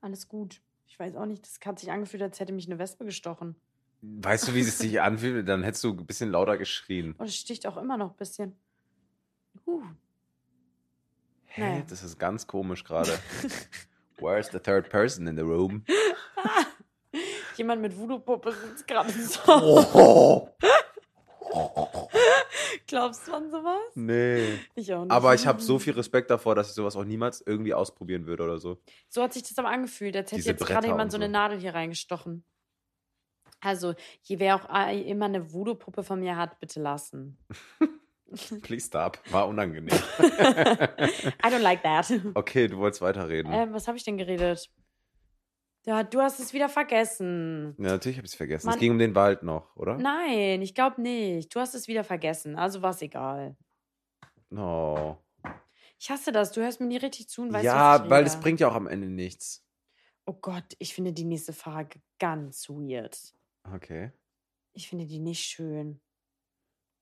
Speaker 2: Alles gut. Ich weiß auch nicht, das hat sich angefühlt, als hätte mich eine Wespe gestochen.
Speaker 1: Weißt du, wie es sich anfühlt? Dann hättest du ein bisschen lauter geschrien.
Speaker 2: Und es sticht auch immer noch ein bisschen. Uh,
Speaker 1: Hä?
Speaker 2: Naja.
Speaker 1: Das ist ganz komisch gerade. Where's the third person in the room?
Speaker 2: jemand mit Voodoo-Puppe sitzt gerade so.
Speaker 1: Oh.
Speaker 2: Glaubst du an sowas?
Speaker 1: Nee.
Speaker 2: Ich auch nicht.
Speaker 1: Aber ich habe so viel Respekt davor, dass ich sowas auch niemals irgendwie ausprobieren würde oder so.
Speaker 2: So hat sich das aber angefühlt, als hätte
Speaker 1: Diese
Speaker 2: jetzt gerade
Speaker 1: Bretter und
Speaker 2: jemand so eine
Speaker 1: so.
Speaker 2: Nadel hier reingestochen. äh, Also, je wer auch immer eine Voodoo-Puppe von mir hat, bitte lassen.
Speaker 1: Please stop. War unangenehm.
Speaker 2: I don't like that.
Speaker 1: Okay, du wolltest weiterreden.
Speaker 2: Ähm, was habe ich denn geredet? Ja, du hast es wieder vergessen.
Speaker 1: ja, natürlich habe ich es vergessen.
Speaker 2: Mann.
Speaker 1: Es ging um den Wald noch, oder?
Speaker 2: Nein, ich glaube nicht. Du hast es wieder vergessen. Also war's egal.
Speaker 1: No.
Speaker 2: Ich hasse das. Du hörst mir nie richtig zu und weißt was
Speaker 1: ja,
Speaker 2: ich
Speaker 1: weil
Speaker 2: rede.
Speaker 1: es bringt ja auch am Ende nichts.
Speaker 2: Oh Gott, ich finde die nächste Frage ganz weird.
Speaker 1: Okay.
Speaker 2: Ich finde die nicht schön.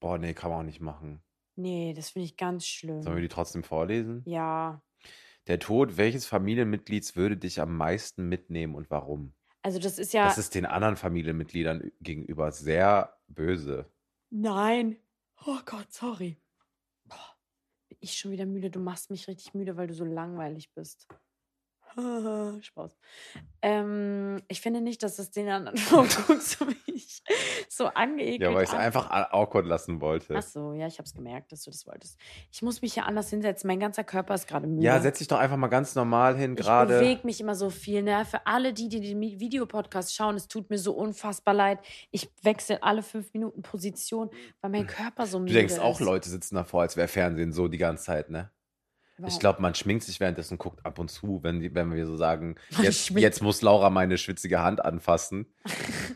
Speaker 1: Boah, nee, kann man auch nicht machen.
Speaker 2: Nee, das finde ich ganz schlimm.
Speaker 1: Sollen wir die trotzdem vorlesen?
Speaker 2: Ja.
Speaker 1: Der Tod welches Familienmitglieds würde dich am meisten mitnehmen und warum?
Speaker 2: Also das ist ja.
Speaker 1: Das ist den anderen Familienmitgliedern ü- gegenüber sehr böse.
Speaker 2: Nein. Oh Gott, sorry. Boah, bin ich schon wieder müde. Du machst mich richtig müde, weil du so langweilig bist. Spaß. Ähm, ich finde nicht, dass es den anderen Warum guckst du mich so angeekelt.
Speaker 1: Ja, weil ich es
Speaker 2: an?
Speaker 1: einfach a- awkward lassen wollte.
Speaker 2: Ach so, ja, ich habe es gemerkt, dass du das wolltest. Ich muss mich hier anders hinsetzen. Mein ganzer Körper ist gerade müde.
Speaker 1: Ja, setz dich doch einfach mal ganz normal hin, gerade.
Speaker 2: Ich bewege mich immer so viel. Ne? Für alle, die, die den Mi- Videopodcast schauen, es tut mir so unfassbar leid. Ich wechsle alle fünf Minuten Position, weil mein Körper so müde
Speaker 1: Hm. Du denkst
Speaker 2: ist.
Speaker 1: auch, Leute sitzen davor, als wäre Fernsehen so die ganze Zeit, ne?
Speaker 2: Warum?
Speaker 1: Ich glaube, man schminkt sich währenddessen, guckt ab und zu, wenn, die- wenn wir so sagen,
Speaker 2: Man
Speaker 1: jetzt,
Speaker 2: schminkt-
Speaker 1: jetzt muss Laura meine schwitzige Hand anfassen.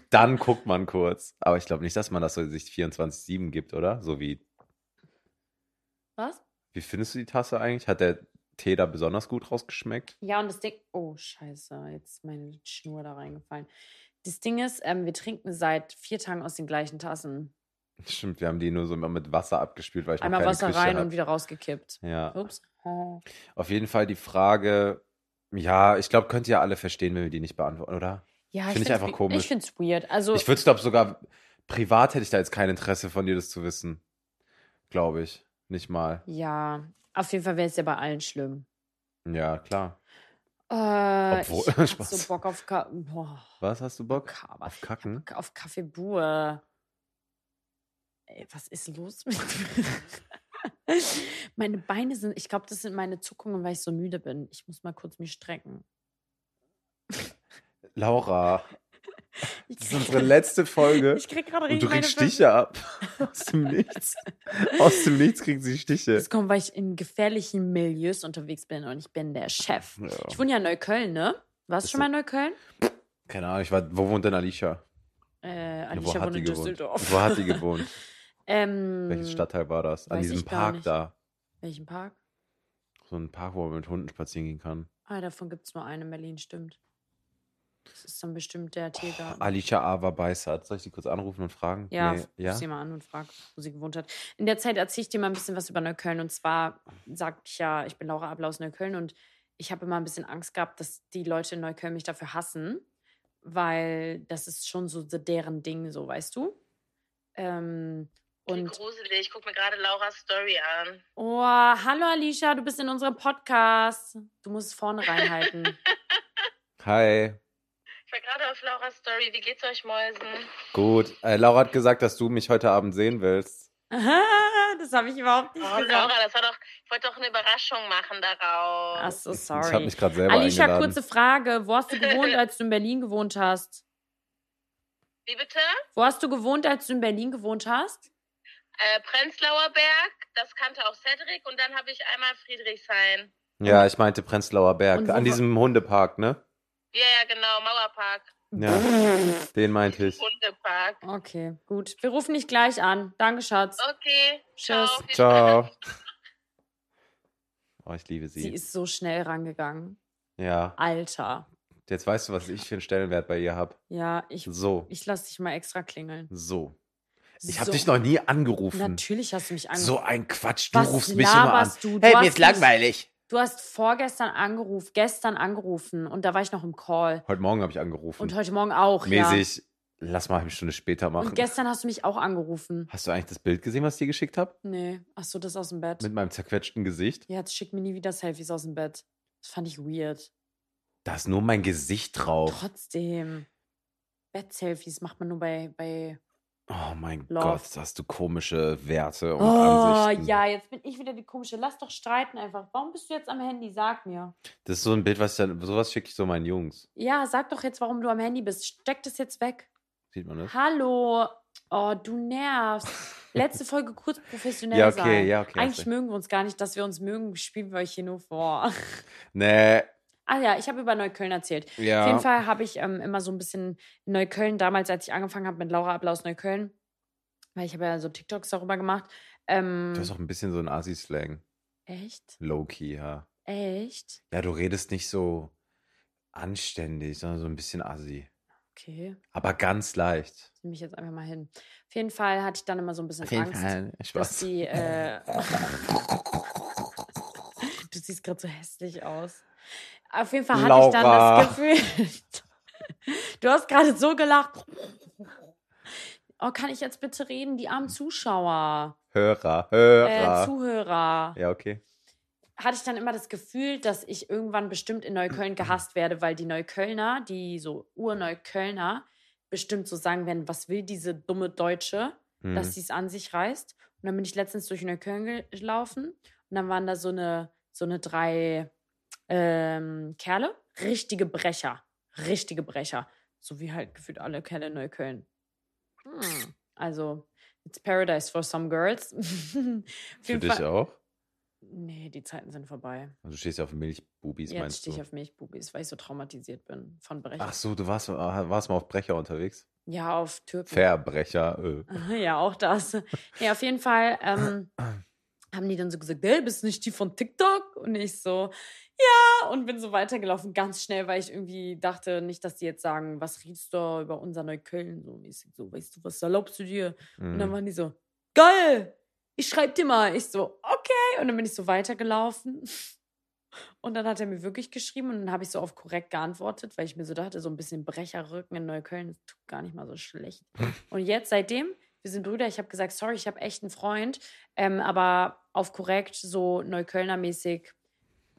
Speaker 1: Dann guckt man kurz. Aber ich glaube nicht, dass man das so sich 24-7 gibt, oder? So wie,
Speaker 2: Was?
Speaker 1: wie findest du die Tasse eigentlich? Hat der Tee da besonders gut rausgeschmeckt?
Speaker 2: Ja, und das Ding. Oh, scheiße, jetzt ist meine Schnur da reingefallen. Das Ding ist, ähm, wir trinken seit vier Tagen aus den gleichen Tassen.
Speaker 1: Stimmt, wir haben die nur so immer mit Wasser abgespült, weil ich
Speaker 2: Einmal
Speaker 1: noch keine
Speaker 2: Wasser
Speaker 1: Küche
Speaker 2: rein
Speaker 1: hab.
Speaker 2: und wieder rausgekippt.
Speaker 1: Ja.
Speaker 2: Ups. Oh.
Speaker 1: Auf jeden Fall die Frage, ja, ich glaube, könnt ihr alle verstehen, wenn wir die nicht beantworten, oder?
Speaker 2: Ja,
Speaker 1: Find ich
Speaker 2: find's
Speaker 1: einfach
Speaker 2: we-
Speaker 1: komisch.
Speaker 2: Ich finde es weird. Also,
Speaker 1: Ich würde glaube sogar privat hätte ich da jetzt kein Interesse von dir, das zu wissen. Glaube ich. Nicht mal.
Speaker 2: ja, auf jeden Fall wäre es ja bei allen schlimm.
Speaker 1: Ja, klar.
Speaker 2: Äh,
Speaker 1: Obwohl-
Speaker 2: ich hab
Speaker 1: Spaß.
Speaker 2: so Bock auf Ka Boah,
Speaker 1: Was hast du Bock?
Speaker 2: Kaber.
Speaker 1: Auf Kacken?
Speaker 2: Ich hab auf Kaffee Bur. Ey, was ist los mit mir? Meine Beine sind, ich glaube, das sind meine Zuckungen, weil ich so müde bin. Ich muss mal kurz mich strecken.
Speaker 1: Laura,
Speaker 2: Ich
Speaker 1: das ist
Speaker 2: krieg
Speaker 1: unsere
Speaker 2: grad-
Speaker 1: letzte Folge.
Speaker 2: Ich krieg gerade
Speaker 1: Und du
Speaker 2: richtig meine
Speaker 1: kriegst
Speaker 2: Fünf-
Speaker 1: Stiche ab. Aus dem Nichts. Aus dem Nichts kriegt sie Stiche.
Speaker 2: Das kommt, weil ich in gefährlichen Milieus unterwegs bin und ich bin der Chef.
Speaker 1: Ja.
Speaker 2: Ich wohne ja in Neukölln, ne? Warst du
Speaker 1: Bist
Speaker 2: schon mal in Neukölln?
Speaker 1: Keine Ahnung, ich war, wo wohnt denn Alicia?
Speaker 2: Äh,
Speaker 1: wo
Speaker 2: Alicia
Speaker 1: hat
Speaker 2: wohnt
Speaker 1: die
Speaker 2: in
Speaker 1: gewohnt?
Speaker 2: Düsseldorf.
Speaker 1: Wo hat die gewohnt?
Speaker 2: ähm,
Speaker 1: Welches Stadtteil war das? An
Speaker 2: weiß
Speaker 1: diesem
Speaker 2: ich gar
Speaker 1: Park
Speaker 2: nicht.
Speaker 1: da.
Speaker 2: Welchen Park?
Speaker 1: So ein Park, wo man mit Hunden spazieren gehen kann.
Speaker 2: Ah, davon gibt es nur einen in Berlin, stimmt. Das ist dann bestimmt der Tiergarten.
Speaker 1: Alicia Ava Beißert. Soll ich die kurz anrufen und fragen?
Speaker 2: Ja,
Speaker 1: Nee,
Speaker 2: ruf
Speaker 1: ja?
Speaker 2: sie mal an und frag, wo sie gewohnt hat. In der Zeit erzähle ich dir mal ein bisschen was über Neukölln. Und zwar sage ich ja, ich bin Laura Abla aus Neukölln und ich habe immer ein bisschen Angst gehabt, dass die Leute in Neukölln mich dafür hassen, weil das ist schon so deren Ding, so weißt du. Ähm,
Speaker 3: Wie
Speaker 2: und
Speaker 3: gruselig. Ich gucke mir gerade Laura's Story an.
Speaker 2: oh, hallo Alicia, du bist in unserem Podcast. Du musst es vorne reinhalten.
Speaker 1: Hi.
Speaker 3: Ich war gerade auf Laura's Story. Wie geht's euch, Mäusen?
Speaker 1: Gut. Äh, Laura hat gesagt, dass du mich heute Abend sehen willst.
Speaker 2: Oh, das habe ich überhaupt nicht
Speaker 3: Oh,
Speaker 2: gesagt.
Speaker 3: Laura, das war doch, ich wollte doch eine Überraschung machen daraus.
Speaker 2: Ach so,
Speaker 1: Ich habe
Speaker 2: sorry.
Speaker 1: mich gerade selber
Speaker 2: Alicia,
Speaker 1: eingeladen.
Speaker 2: kurze Frage. Wo hast du gewohnt, als du in Berlin gewohnt hast?
Speaker 3: Wie bitte?
Speaker 2: Wo hast du gewohnt, als du in Berlin gewohnt hast?
Speaker 3: Äh, Prenzlauer Berg, das kannte auch Cedric. Und dann habe ich einmal Friedrichshain.
Speaker 1: ja, ich meinte Prenzlauer
Speaker 2: Und
Speaker 1: Berg.
Speaker 2: wo
Speaker 1: An
Speaker 2: wa-
Speaker 1: diesem Hundepark, ne?
Speaker 3: Ja, ja, genau, Mauerpark.
Speaker 1: Ja, den meinte ich.
Speaker 3: Hundepark.
Speaker 2: Okay, gut. Wir rufen dich gleich an. Danke, Schatz.
Speaker 3: Okay.
Speaker 2: Tschüss.
Speaker 3: Ciao. Viel
Speaker 1: Ciao. Oh, ich liebe sie.
Speaker 2: Sie ist so schnell rangegangen.
Speaker 1: ja,
Speaker 2: Alter.
Speaker 1: jetzt weißt du, was ich für einen Stellenwert bei ihr habe.
Speaker 2: Ja, ich,
Speaker 1: So,
Speaker 2: ich lass dich mal extra klingeln.
Speaker 1: so. Ich habe
Speaker 2: So.
Speaker 1: dich noch nie angerufen.
Speaker 2: Natürlich hast du mich
Speaker 1: So
Speaker 2: angerufen.
Speaker 1: ein Quatsch. Du
Speaker 2: Was
Speaker 1: rufst mich immer an.
Speaker 2: laberst du? Du hast mich- Du hast vorgestern angerufen, gestern angerufen und da war ich noch im Call.
Speaker 1: Heute Morgen habe ich angerufen.
Speaker 2: Und heute Morgen auch,
Speaker 1: Mäßig, lass mal eine Stunde später
Speaker 2: ja.
Speaker 1: machen.
Speaker 2: Und gestern hast du mich auch angerufen.
Speaker 1: Hast du eigentlich das Bild gesehen, was ich dir geschickt habe?
Speaker 2: Nee. Ach so, das aus dem Bett.
Speaker 1: Mit meinem zerquetschten Gesicht?
Speaker 2: Ja, jetzt schick mir nie wieder Selfies aus dem Bett. Das fand ich weird.
Speaker 1: Da ist nur mein Gesicht drauf.
Speaker 2: Trotzdem. Bett-Selfies macht man nur bei. bei
Speaker 1: Oh mein
Speaker 2: Love.
Speaker 1: Gott, da hast du komische Werte und
Speaker 2: oh,
Speaker 1: Ansichten.
Speaker 2: ja, jetzt bin ich wieder die komische. Lass doch streiten einfach. Warum bist du jetzt am Handy? Sag mir.
Speaker 1: Das ist so ein Bild, was ich dann, sowas schicke ich so meinen Jungs.
Speaker 2: Ja, sag doch jetzt, warum du
Speaker 1: Hm?
Speaker 2: am Handy bist. Steck das jetzt weg.
Speaker 1: Sieht man das?
Speaker 2: Hallo. Oh, du nervst. letzte Folge kurz professionell
Speaker 1: Ja, okay,
Speaker 2: sein.
Speaker 1: ja, okay, also. hast
Speaker 2: Eigentlich
Speaker 1: recht.
Speaker 2: mögen wir uns gar nicht, dass wir uns mögen, spielen wir euch hier nur vor.
Speaker 1: Nee,
Speaker 2: Ah ja, ich habe über Neukölln erzählt.
Speaker 1: ja.
Speaker 2: Auf jeden Fall habe ich ähm, immer so ein bisschen in Neukölln, damals, als ich angefangen habe mit Laura Applaus Neukölln, weil ich habe ja so TikToks darüber gemacht. Ähm,
Speaker 1: Du hast auch ein bisschen so einen Assi-Slang.
Speaker 2: echt?
Speaker 1: Low-key, ja.
Speaker 2: Echt?
Speaker 1: Ja, du redest nicht so anständig, sondern so ein bisschen assi.
Speaker 2: Okay,
Speaker 1: Aber ganz leicht.
Speaker 2: nehme ich jetzt einfach mal hin. Auf jeden Fall hatte ich dann immer so ein bisschen Angst, dass
Speaker 1: Spaß.
Speaker 2: die. Äh, du siehst gerade so hässlich aus. Auf jeden Fall hatte
Speaker 1: Laura.
Speaker 2: ich dann das Gefühl. du hast gerade so gelacht. Oh, kann ich jetzt bitte reden? Die armen Zuschauer,
Speaker 1: Hörer,
Speaker 2: äh,
Speaker 1: Hörer.
Speaker 2: Zuhörer.
Speaker 1: ja, okay.
Speaker 2: hatte ich dann immer das Gefühl, dass ich irgendwann bestimmt in Neukölln gehasst werde, weil die Neuköllner, die so Urneuköllner, bestimmt so sagen werden, was will diese dumme Deutsche,
Speaker 1: Hm.
Speaker 2: dass sie es an sich reißt. Und dann bin ich letztens durch Neukölln gelaufen und dann waren da so eine, so eine drei ähm, Kerle, richtige Brecher, richtige Brecher. So wie halt gefühlt alle Kerle in Neukölln. Hm. Also, it's paradise for some girls. Auf
Speaker 1: Für
Speaker 2: jeden
Speaker 1: dich
Speaker 2: Fall-
Speaker 1: auch?
Speaker 2: Nee, die Zeiten sind vorbei.
Speaker 1: Also du stehst ja auf Milchbubis,
Speaker 2: Jetzt
Speaker 1: meinst
Speaker 2: stehe
Speaker 1: du?
Speaker 2: ich auf Milchbubis, weil ich so traumatisiert bin von Brecher.
Speaker 1: Ach so, du warst, ah, warst mal auf Brecher unterwegs.
Speaker 2: Ja, auf Türken.
Speaker 1: Verbrecher. Äh.
Speaker 2: Ja, auch das. Ja, auf jeden Fall ähm, haben die dann so gesagt, hey, bist nicht die von TikTok? Und ich so, ja, und bin so weitergelaufen, ganz schnell, weil ich irgendwie dachte, nicht, dass die jetzt sagen, was riechst du über unser Neukölln? So mäßig, so, weißt du, was erlaubst du dir? Und dann
Speaker 1: Mhm.
Speaker 2: waren die so, geil, ich schreib dir mal. Ich so, okay. Und dann bin ich so weitergelaufen. Und dann hat er mir wirklich geschrieben und dann habe ich so auf korrekt geantwortet, weil ich mir so dachte, so ein bisschen Brecherrücken in Neukölln das tut gar nicht mal so schlecht. Und jetzt seitdem, wir sind Brüder, ich habe gesagt, sorry, ich habe echt einen Freund, ähm, aber auf korrekt, so Neuköllner-mäßig,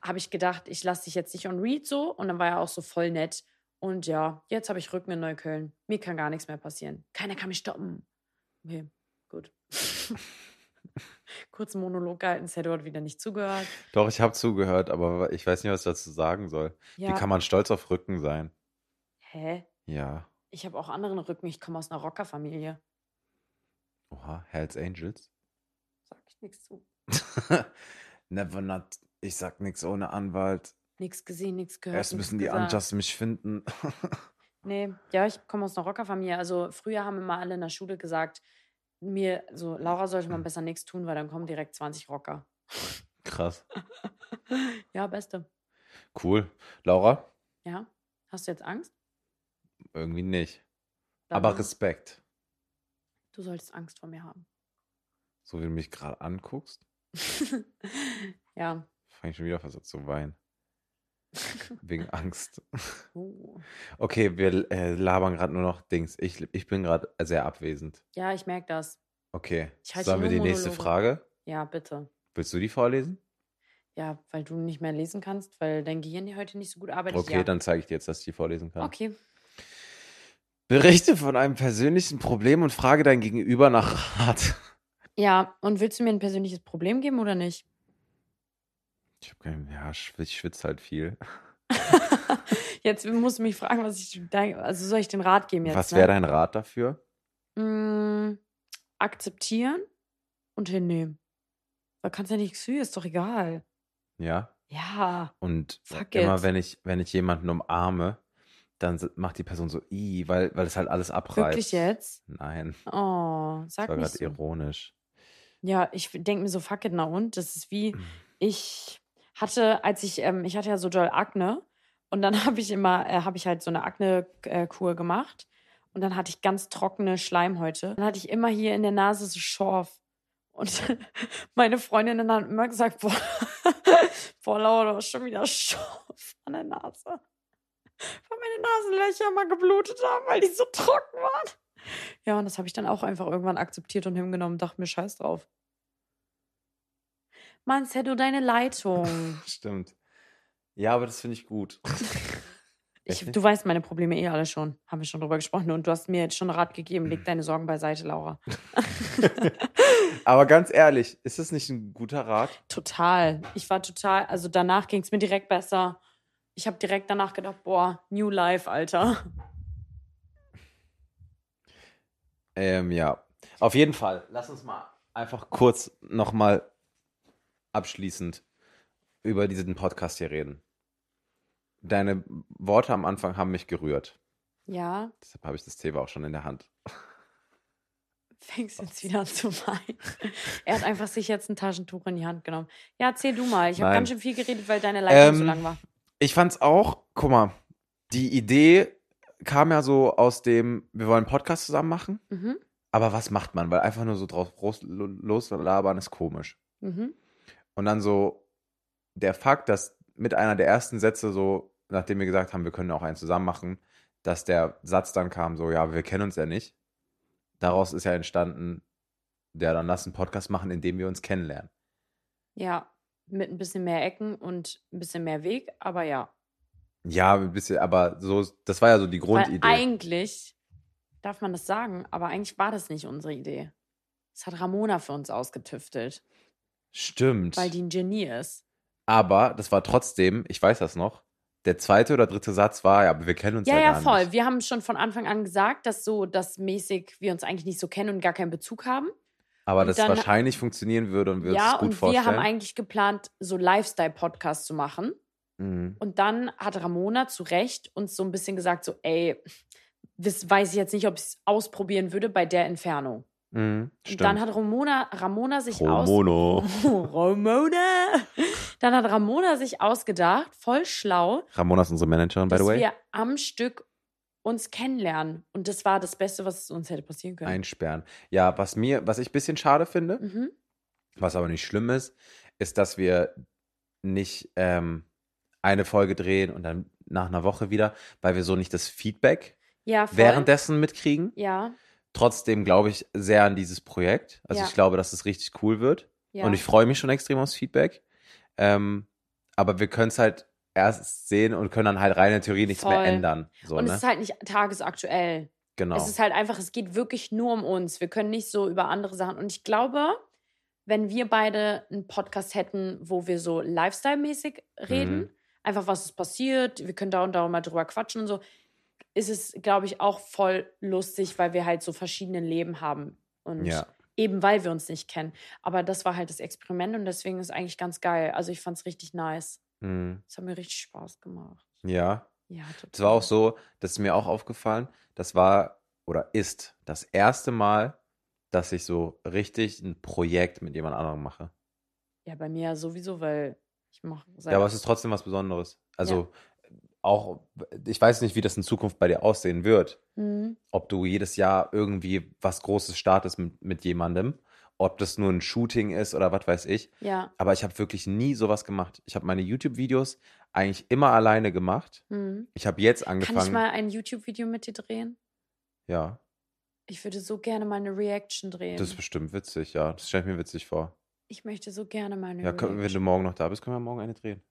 Speaker 2: habe ich gedacht, ich lasse dich jetzt nicht on read so. Und dann war er auch so voll nett. Und ja, jetzt habe ich Rücken in Neukölln. Mir kann gar nichts mehr passieren. Keiner kann mich stoppen. Okay, gut. Kurzen Monolog gehalten, Sado hat wieder nicht zugehört.
Speaker 1: Doch, ich habe zugehört, aber ich weiß nicht, was ich dazu sagen soll.
Speaker 2: Ja.
Speaker 1: Wie kann man stolz auf Rücken sein?
Speaker 2: Hä?
Speaker 1: Ja.
Speaker 2: Ich habe auch anderen Rücken. Ich komme aus einer Rockerfamilie.
Speaker 1: Oha, Hells Angels.
Speaker 2: Sag ich nichts zu.
Speaker 1: Never not. Ich sag nichts ohne Anwalt.
Speaker 2: Nichts gesehen, nichts gehört.
Speaker 1: Erst
Speaker 2: nichts
Speaker 1: müssen die
Speaker 2: gesagt.
Speaker 1: Anjas mich finden.
Speaker 2: Nee, ja, ich komme aus einer Rockerfamilie. Also früher haben immer alle in der Schule gesagt, mir, so Laura sollte man besser nichts tun, weil dann kommen direkt 20 Rocker.
Speaker 1: Krass.
Speaker 2: Ja, beste.
Speaker 1: Cool. Laura?
Speaker 2: Ja. Hast du jetzt Angst?
Speaker 1: Irgendwie nicht.
Speaker 2: Dann-
Speaker 1: Aber Respekt.
Speaker 2: Du solltest Angst vor mir haben.
Speaker 1: So wie du mich gerade anguckst,
Speaker 2: ja.
Speaker 1: fange ich schon wieder fast an zu weinen. Wegen Angst.
Speaker 2: Uh.
Speaker 1: Okay, wir äh, labern gerade nur noch Dings. Ich, ich bin gerade sehr abwesend.
Speaker 2: Ja, ich merke das.
Speaker 1: Okay.
Speaker 2: Ich halte
Speaker 1: Sollen wir
Speaker 2: nur
Speaker 1: die nächste
Speaker 2: Monologe.
Speaker 1: Frage?
Speaker 2: Ja, bitte.
Speaker 1: Willst du die vorlesen?
Speaker 2: Ja, weil du nicht mehr lesen kannst, weil dein Gehirn ja heute nicht so gut arbeitet.
Speaker 1: Okay,
Speaker 2: ja.
Speaker 1: dann zeige ich dir jetzt, dass ich die vorlesen kann.
Speaker 2: Okay.
Speaker 1: Berichte von einem persönlichen Problem und frage dein Gegenüber nach Rat.
Speaker 2: Ja, und willst du mir ein persönliches Problem geben oder nicht?
Speaker 1: Ich hab kein, ja, schw- ich schwitze halt viel.
Speaker 2: Jetzt musst du mich fragen, was ich dein, also soll ich den Rat geben jetzt?
Speaker 1: Was
Speaker 2: ne?
Speaker 1: wäre dein Rat dafür?
Speaker 2: Mm, akzeptieren und hinnehmen. Da kannst ja nichts für, ist doch egal.
Speaker 1: Ja.
Speaker 2: Ja.
Speaker 1: Und
Speaker 2: Fuck
Speaker 1: immer
Speaker 2: it.
Speaker 1: wenn ich, wenn ich jemanden umarme, dann s- macht die Person so, i, weil, weil es halt alles abreißt.
Speaker 2: Wirklich jetzt?
Speaker 1: Nein,
Speaker 2: Oh,
Speaker 1: das
Speaker 2: sag
Speaker 1: war
Speaker 2: nicht
Speaker 1: gerade
Speaker 2: so.
Speaker 1: ironisch.
Speaker 2: Ja, ich denke mir so, fuck it, na und? Das ist wie, ich hatte, als ich, ähm, ich hatte ja so doll Akne und dann habe ich immer, äh, habe ich halt so eine Akne-Kur gemacht und dann hatte ich ganz trockene Schleimhäute. Dann hatte ich immer hier in der Nase so Schorf. Und meine Freundinnen haben immer gesagt, boah, boah Laura, du hast schon wieder Schorf an der Nase. Weil meine Nasenlöcher immer geblutet haben, weil die so trocken waren. Ja, und das habe ich dann auch einfach irgendwann akzeptiert und hingenommen, dachte mir, scheiß drauf. Mann, Sedo, deine Leitung.
Speaker 1: Stimmt. Ja, aber das finde ich gut.
Speaker 2: Ich,
Speaker 1: Echt?
Speaker 2: du weißt meine Probleme eh alle schon. Haben wir schon drüber gesprochen. Und du hast mir jetzt schon Rat gegeben.
Speaker 1: Mhm.
Speaker 2: Leg deine Sorgen beiseite, Laura.
Speaker 1: aber ganz ehrlich, ist das nicht ein guter Rat?
Speaker 2: Total. Ich war total, also danach ging es mir direkt besser. Ich habe direkt danach gedacht, boah, New Life, Alter.
Speaker 1: Ähm, ja. Auf jeden Fall. Lass uns mal einfach kurz nochmal abschließend über diesen Podcast hier reden. Deine Worte am Anfang haben mich gerührt.
Speaker 2: Ja,
Speaker 1: Deshalb habe ich das Thema auch schon in der Hand.
Speaker 2: fängst jetzt wieder an zu weinen. Er hat einfach sich jetzt ein Taschentuch in die Hand genommen. Ja, erzähl du mal. Ich habe
Speaker 1: Nein.
Speaker 2: ganz schön viel geredet, weil deine Leitung so
Speaker 1: Ähm,
Speaker 2: lang war.
Speaker 1: Ich fand's auch, guck mal, die Idee kam ja so aus dem, wir wollen einen Podcast zusammen machen,
Speaker 2: Mhm.
Speaker 1: aber was macht man? Weil einfach nur so drauf los- loslabern ist komisch.
Speaker 2: Mhm.
Speaker 1: Und dann so der Fakt, dass mit einer der ersten Sätze so, nachdem wir gesagt haben, wir können auch einen zusammen machen, dass der Satz dann kam, so, ja, wir kennen uns ja nicht. Daraus ist ja entstanden, ja, dann lass einen Podcast machen, in dem wir uns kennenlernen.
Speaker 2: Ja, mit ein bisschen mehr Ecken und ein bisschen mehr Weg, aber ja.
Speaker 1: Ja, ein bisschen, aber so, das war ja so die
Speaker 2: Weil
Speaker 1: Grundidee.
Speaker 2: eigentlich darf man das sagen, aber eigentlich war das nicht unsere Idee. Das hat Ramona für uns ausgetüftelt,
Speaker 1: Stimmt.
Speaker 2: weil die ein Genie ist.
Speaker 1: Aber das war trotzdem, ich weiß das noch, der zweite oder dritte Satz war, ja, aber wir kennen uns ja,
Speaker 2: Ja, ja,
Speaker 1: gar
Speaker 2: voll.
Speaker 1: nicht.
Speaker 2: Wir haben schon von Anfang an gesagt, dass so das mäßig wir uns eigentlich nicht so kennen und gar keinen Bezug haben.
Speaker 1: Aber
Speaker 2: Und
Speaker 1: das
Speaker 2: dann-
Speaker 1: wahrscheinlich funktionieren würde und wir uns
Speaker 2: ja,
Speaker 1: das gut
Speaker 2: und
Speaker 1: vorstellen.
Speaker 2: wir haben eigentlich geplant, so Lifestyle-Podcasts zu machen.
Speaker 1: Mhm.
Speaker 2: Und dann hat Ramona zu Recht uns so ein bisschen gesagt, so, ey, das weiß ich jetzt nicht, ob ich es ausprobieren würde bei der Entfernung.
Speaker 1: Mhm,
Speaker 2: Und
Speaker 1: stimmt.
Speaker 2: dann hat Ramona, Ramona sich aus...
Speaker 1: Romono.
Speaker 2: Ramona! Dann hat Ramona sich ausgedacht, voll schlau,
Speaker 1: Ramona ist unsere Managerin, by
Speaker 2: dass
Speaker 1: the way.
Speaker 2: wir am Stück uns kennenlernen. Und das war das Beste, was uns hätte passieren können.
Speaker 1: Einsperren. Ja, was mir, was ich ein bisschen schade finde,
Speaker 2: Mhm.
Speaker 1: was aber nicht schlimm ist, ist, dass wir nicht ähm, eine Folge drehen und dann nach einer Woche wieder, weil wir so nicht das Feedback
Speaker 2: Ja, voll.
Speaker 1: währenddessen mitkriegen.
Speaker 2: Ja,
Speaker 1: Trotzdem glaube ich sehr an dieses Projekt. Also
Speaker 2: Ja.
Speaker 1: ich glaube, dass es richtig cool wird.
Speaker 2: ja.
Speaker 1: Und ich freue mich schon extrem aufs Feedback. Ähm, aber wir können es halt erst sehen und können dann halt rein in der Theorie nichts mehr
Speaker 2: Voll.
Speaker 1: ändern. So,
Speaker 2: Und
Speaker 1: ne?
Speaker 2: es ist halt nicht tagesaktuell.
Speaker 1: genau.
Speaker 2: Es ist halt einfach, es geht wirklich nur um uns. Wir können nicht so über andere Sachen. Und ich glaube, wenn wir beide einen Podcast hätten, wo wir so Lifestyle-mäßig reden,
Speaker 1: Mhm.
Speaker 2: einfach was ist passiert, wir können da und da mal drüber quatschen und so, ist es, glaube ich, auch voll lustig, weil wir halt so verschiedene Leben haben. Und
Speaker 1: ja.
Speaker 2: eben weil wir uns nicht kennen. Aber das war halt das Experiment und deswegen ist eigentlich ganz geil. Also ich fand es richtig nice.
Speaker 1: Mhm.
Speaker 2: Es hat mir richtig Spaß gemacht.
Speaker 1: ja.
Speaker 2: Ja, total.
Speaker 1: Es war auch so, das ist mir auch aufgefallen, das war oder ist das erste Mal, dass ich so richtig ein Projekt mit jemand anderem mache.
Speaker 2: Ja, bei mir ja sowieso, weil ich mache seit
Speaker 1: Ja, aber es ist trotzdem was Besonderes. Also auch, ich weiß nicht, wie das in Zukunft bei dir aussehen wird.
Speaker 2: Mhm.
Speaker 1: ob du jedes Jahr irgendwie was Großes startest mit, mit jemandem, ob das nur ein Shooting ist oder was weiß ich.
Speaker 2: Ja.
Speaker 1: Aber ich habe wirklich nie sowas gemacht. Ich habe meine YouTube-Videos eigentlich immer alleine gemacht.
Speaker 2: Mhm.
Speaker 1: Ich habe jetzt
Speaker 2: Kann ich
Speaker 1: angefangen.
Speaker 2: mal ein YouTube-Video mit dir drehen?
Speaker 1: ja,
Speaker 2: Ich würde so gerne mal eine Reaction drehen.
Speaker 1: das ist bestimmt witzig, ja. Das stelle ich mir witzig vor.
Speaker 2: ich möchte so gerne mal eine
Speaker 1: Ja, können, wenn du
Speaker 2: Reaction.
Speaker 1: morgen noch da bist, können wir morgen eine drehen.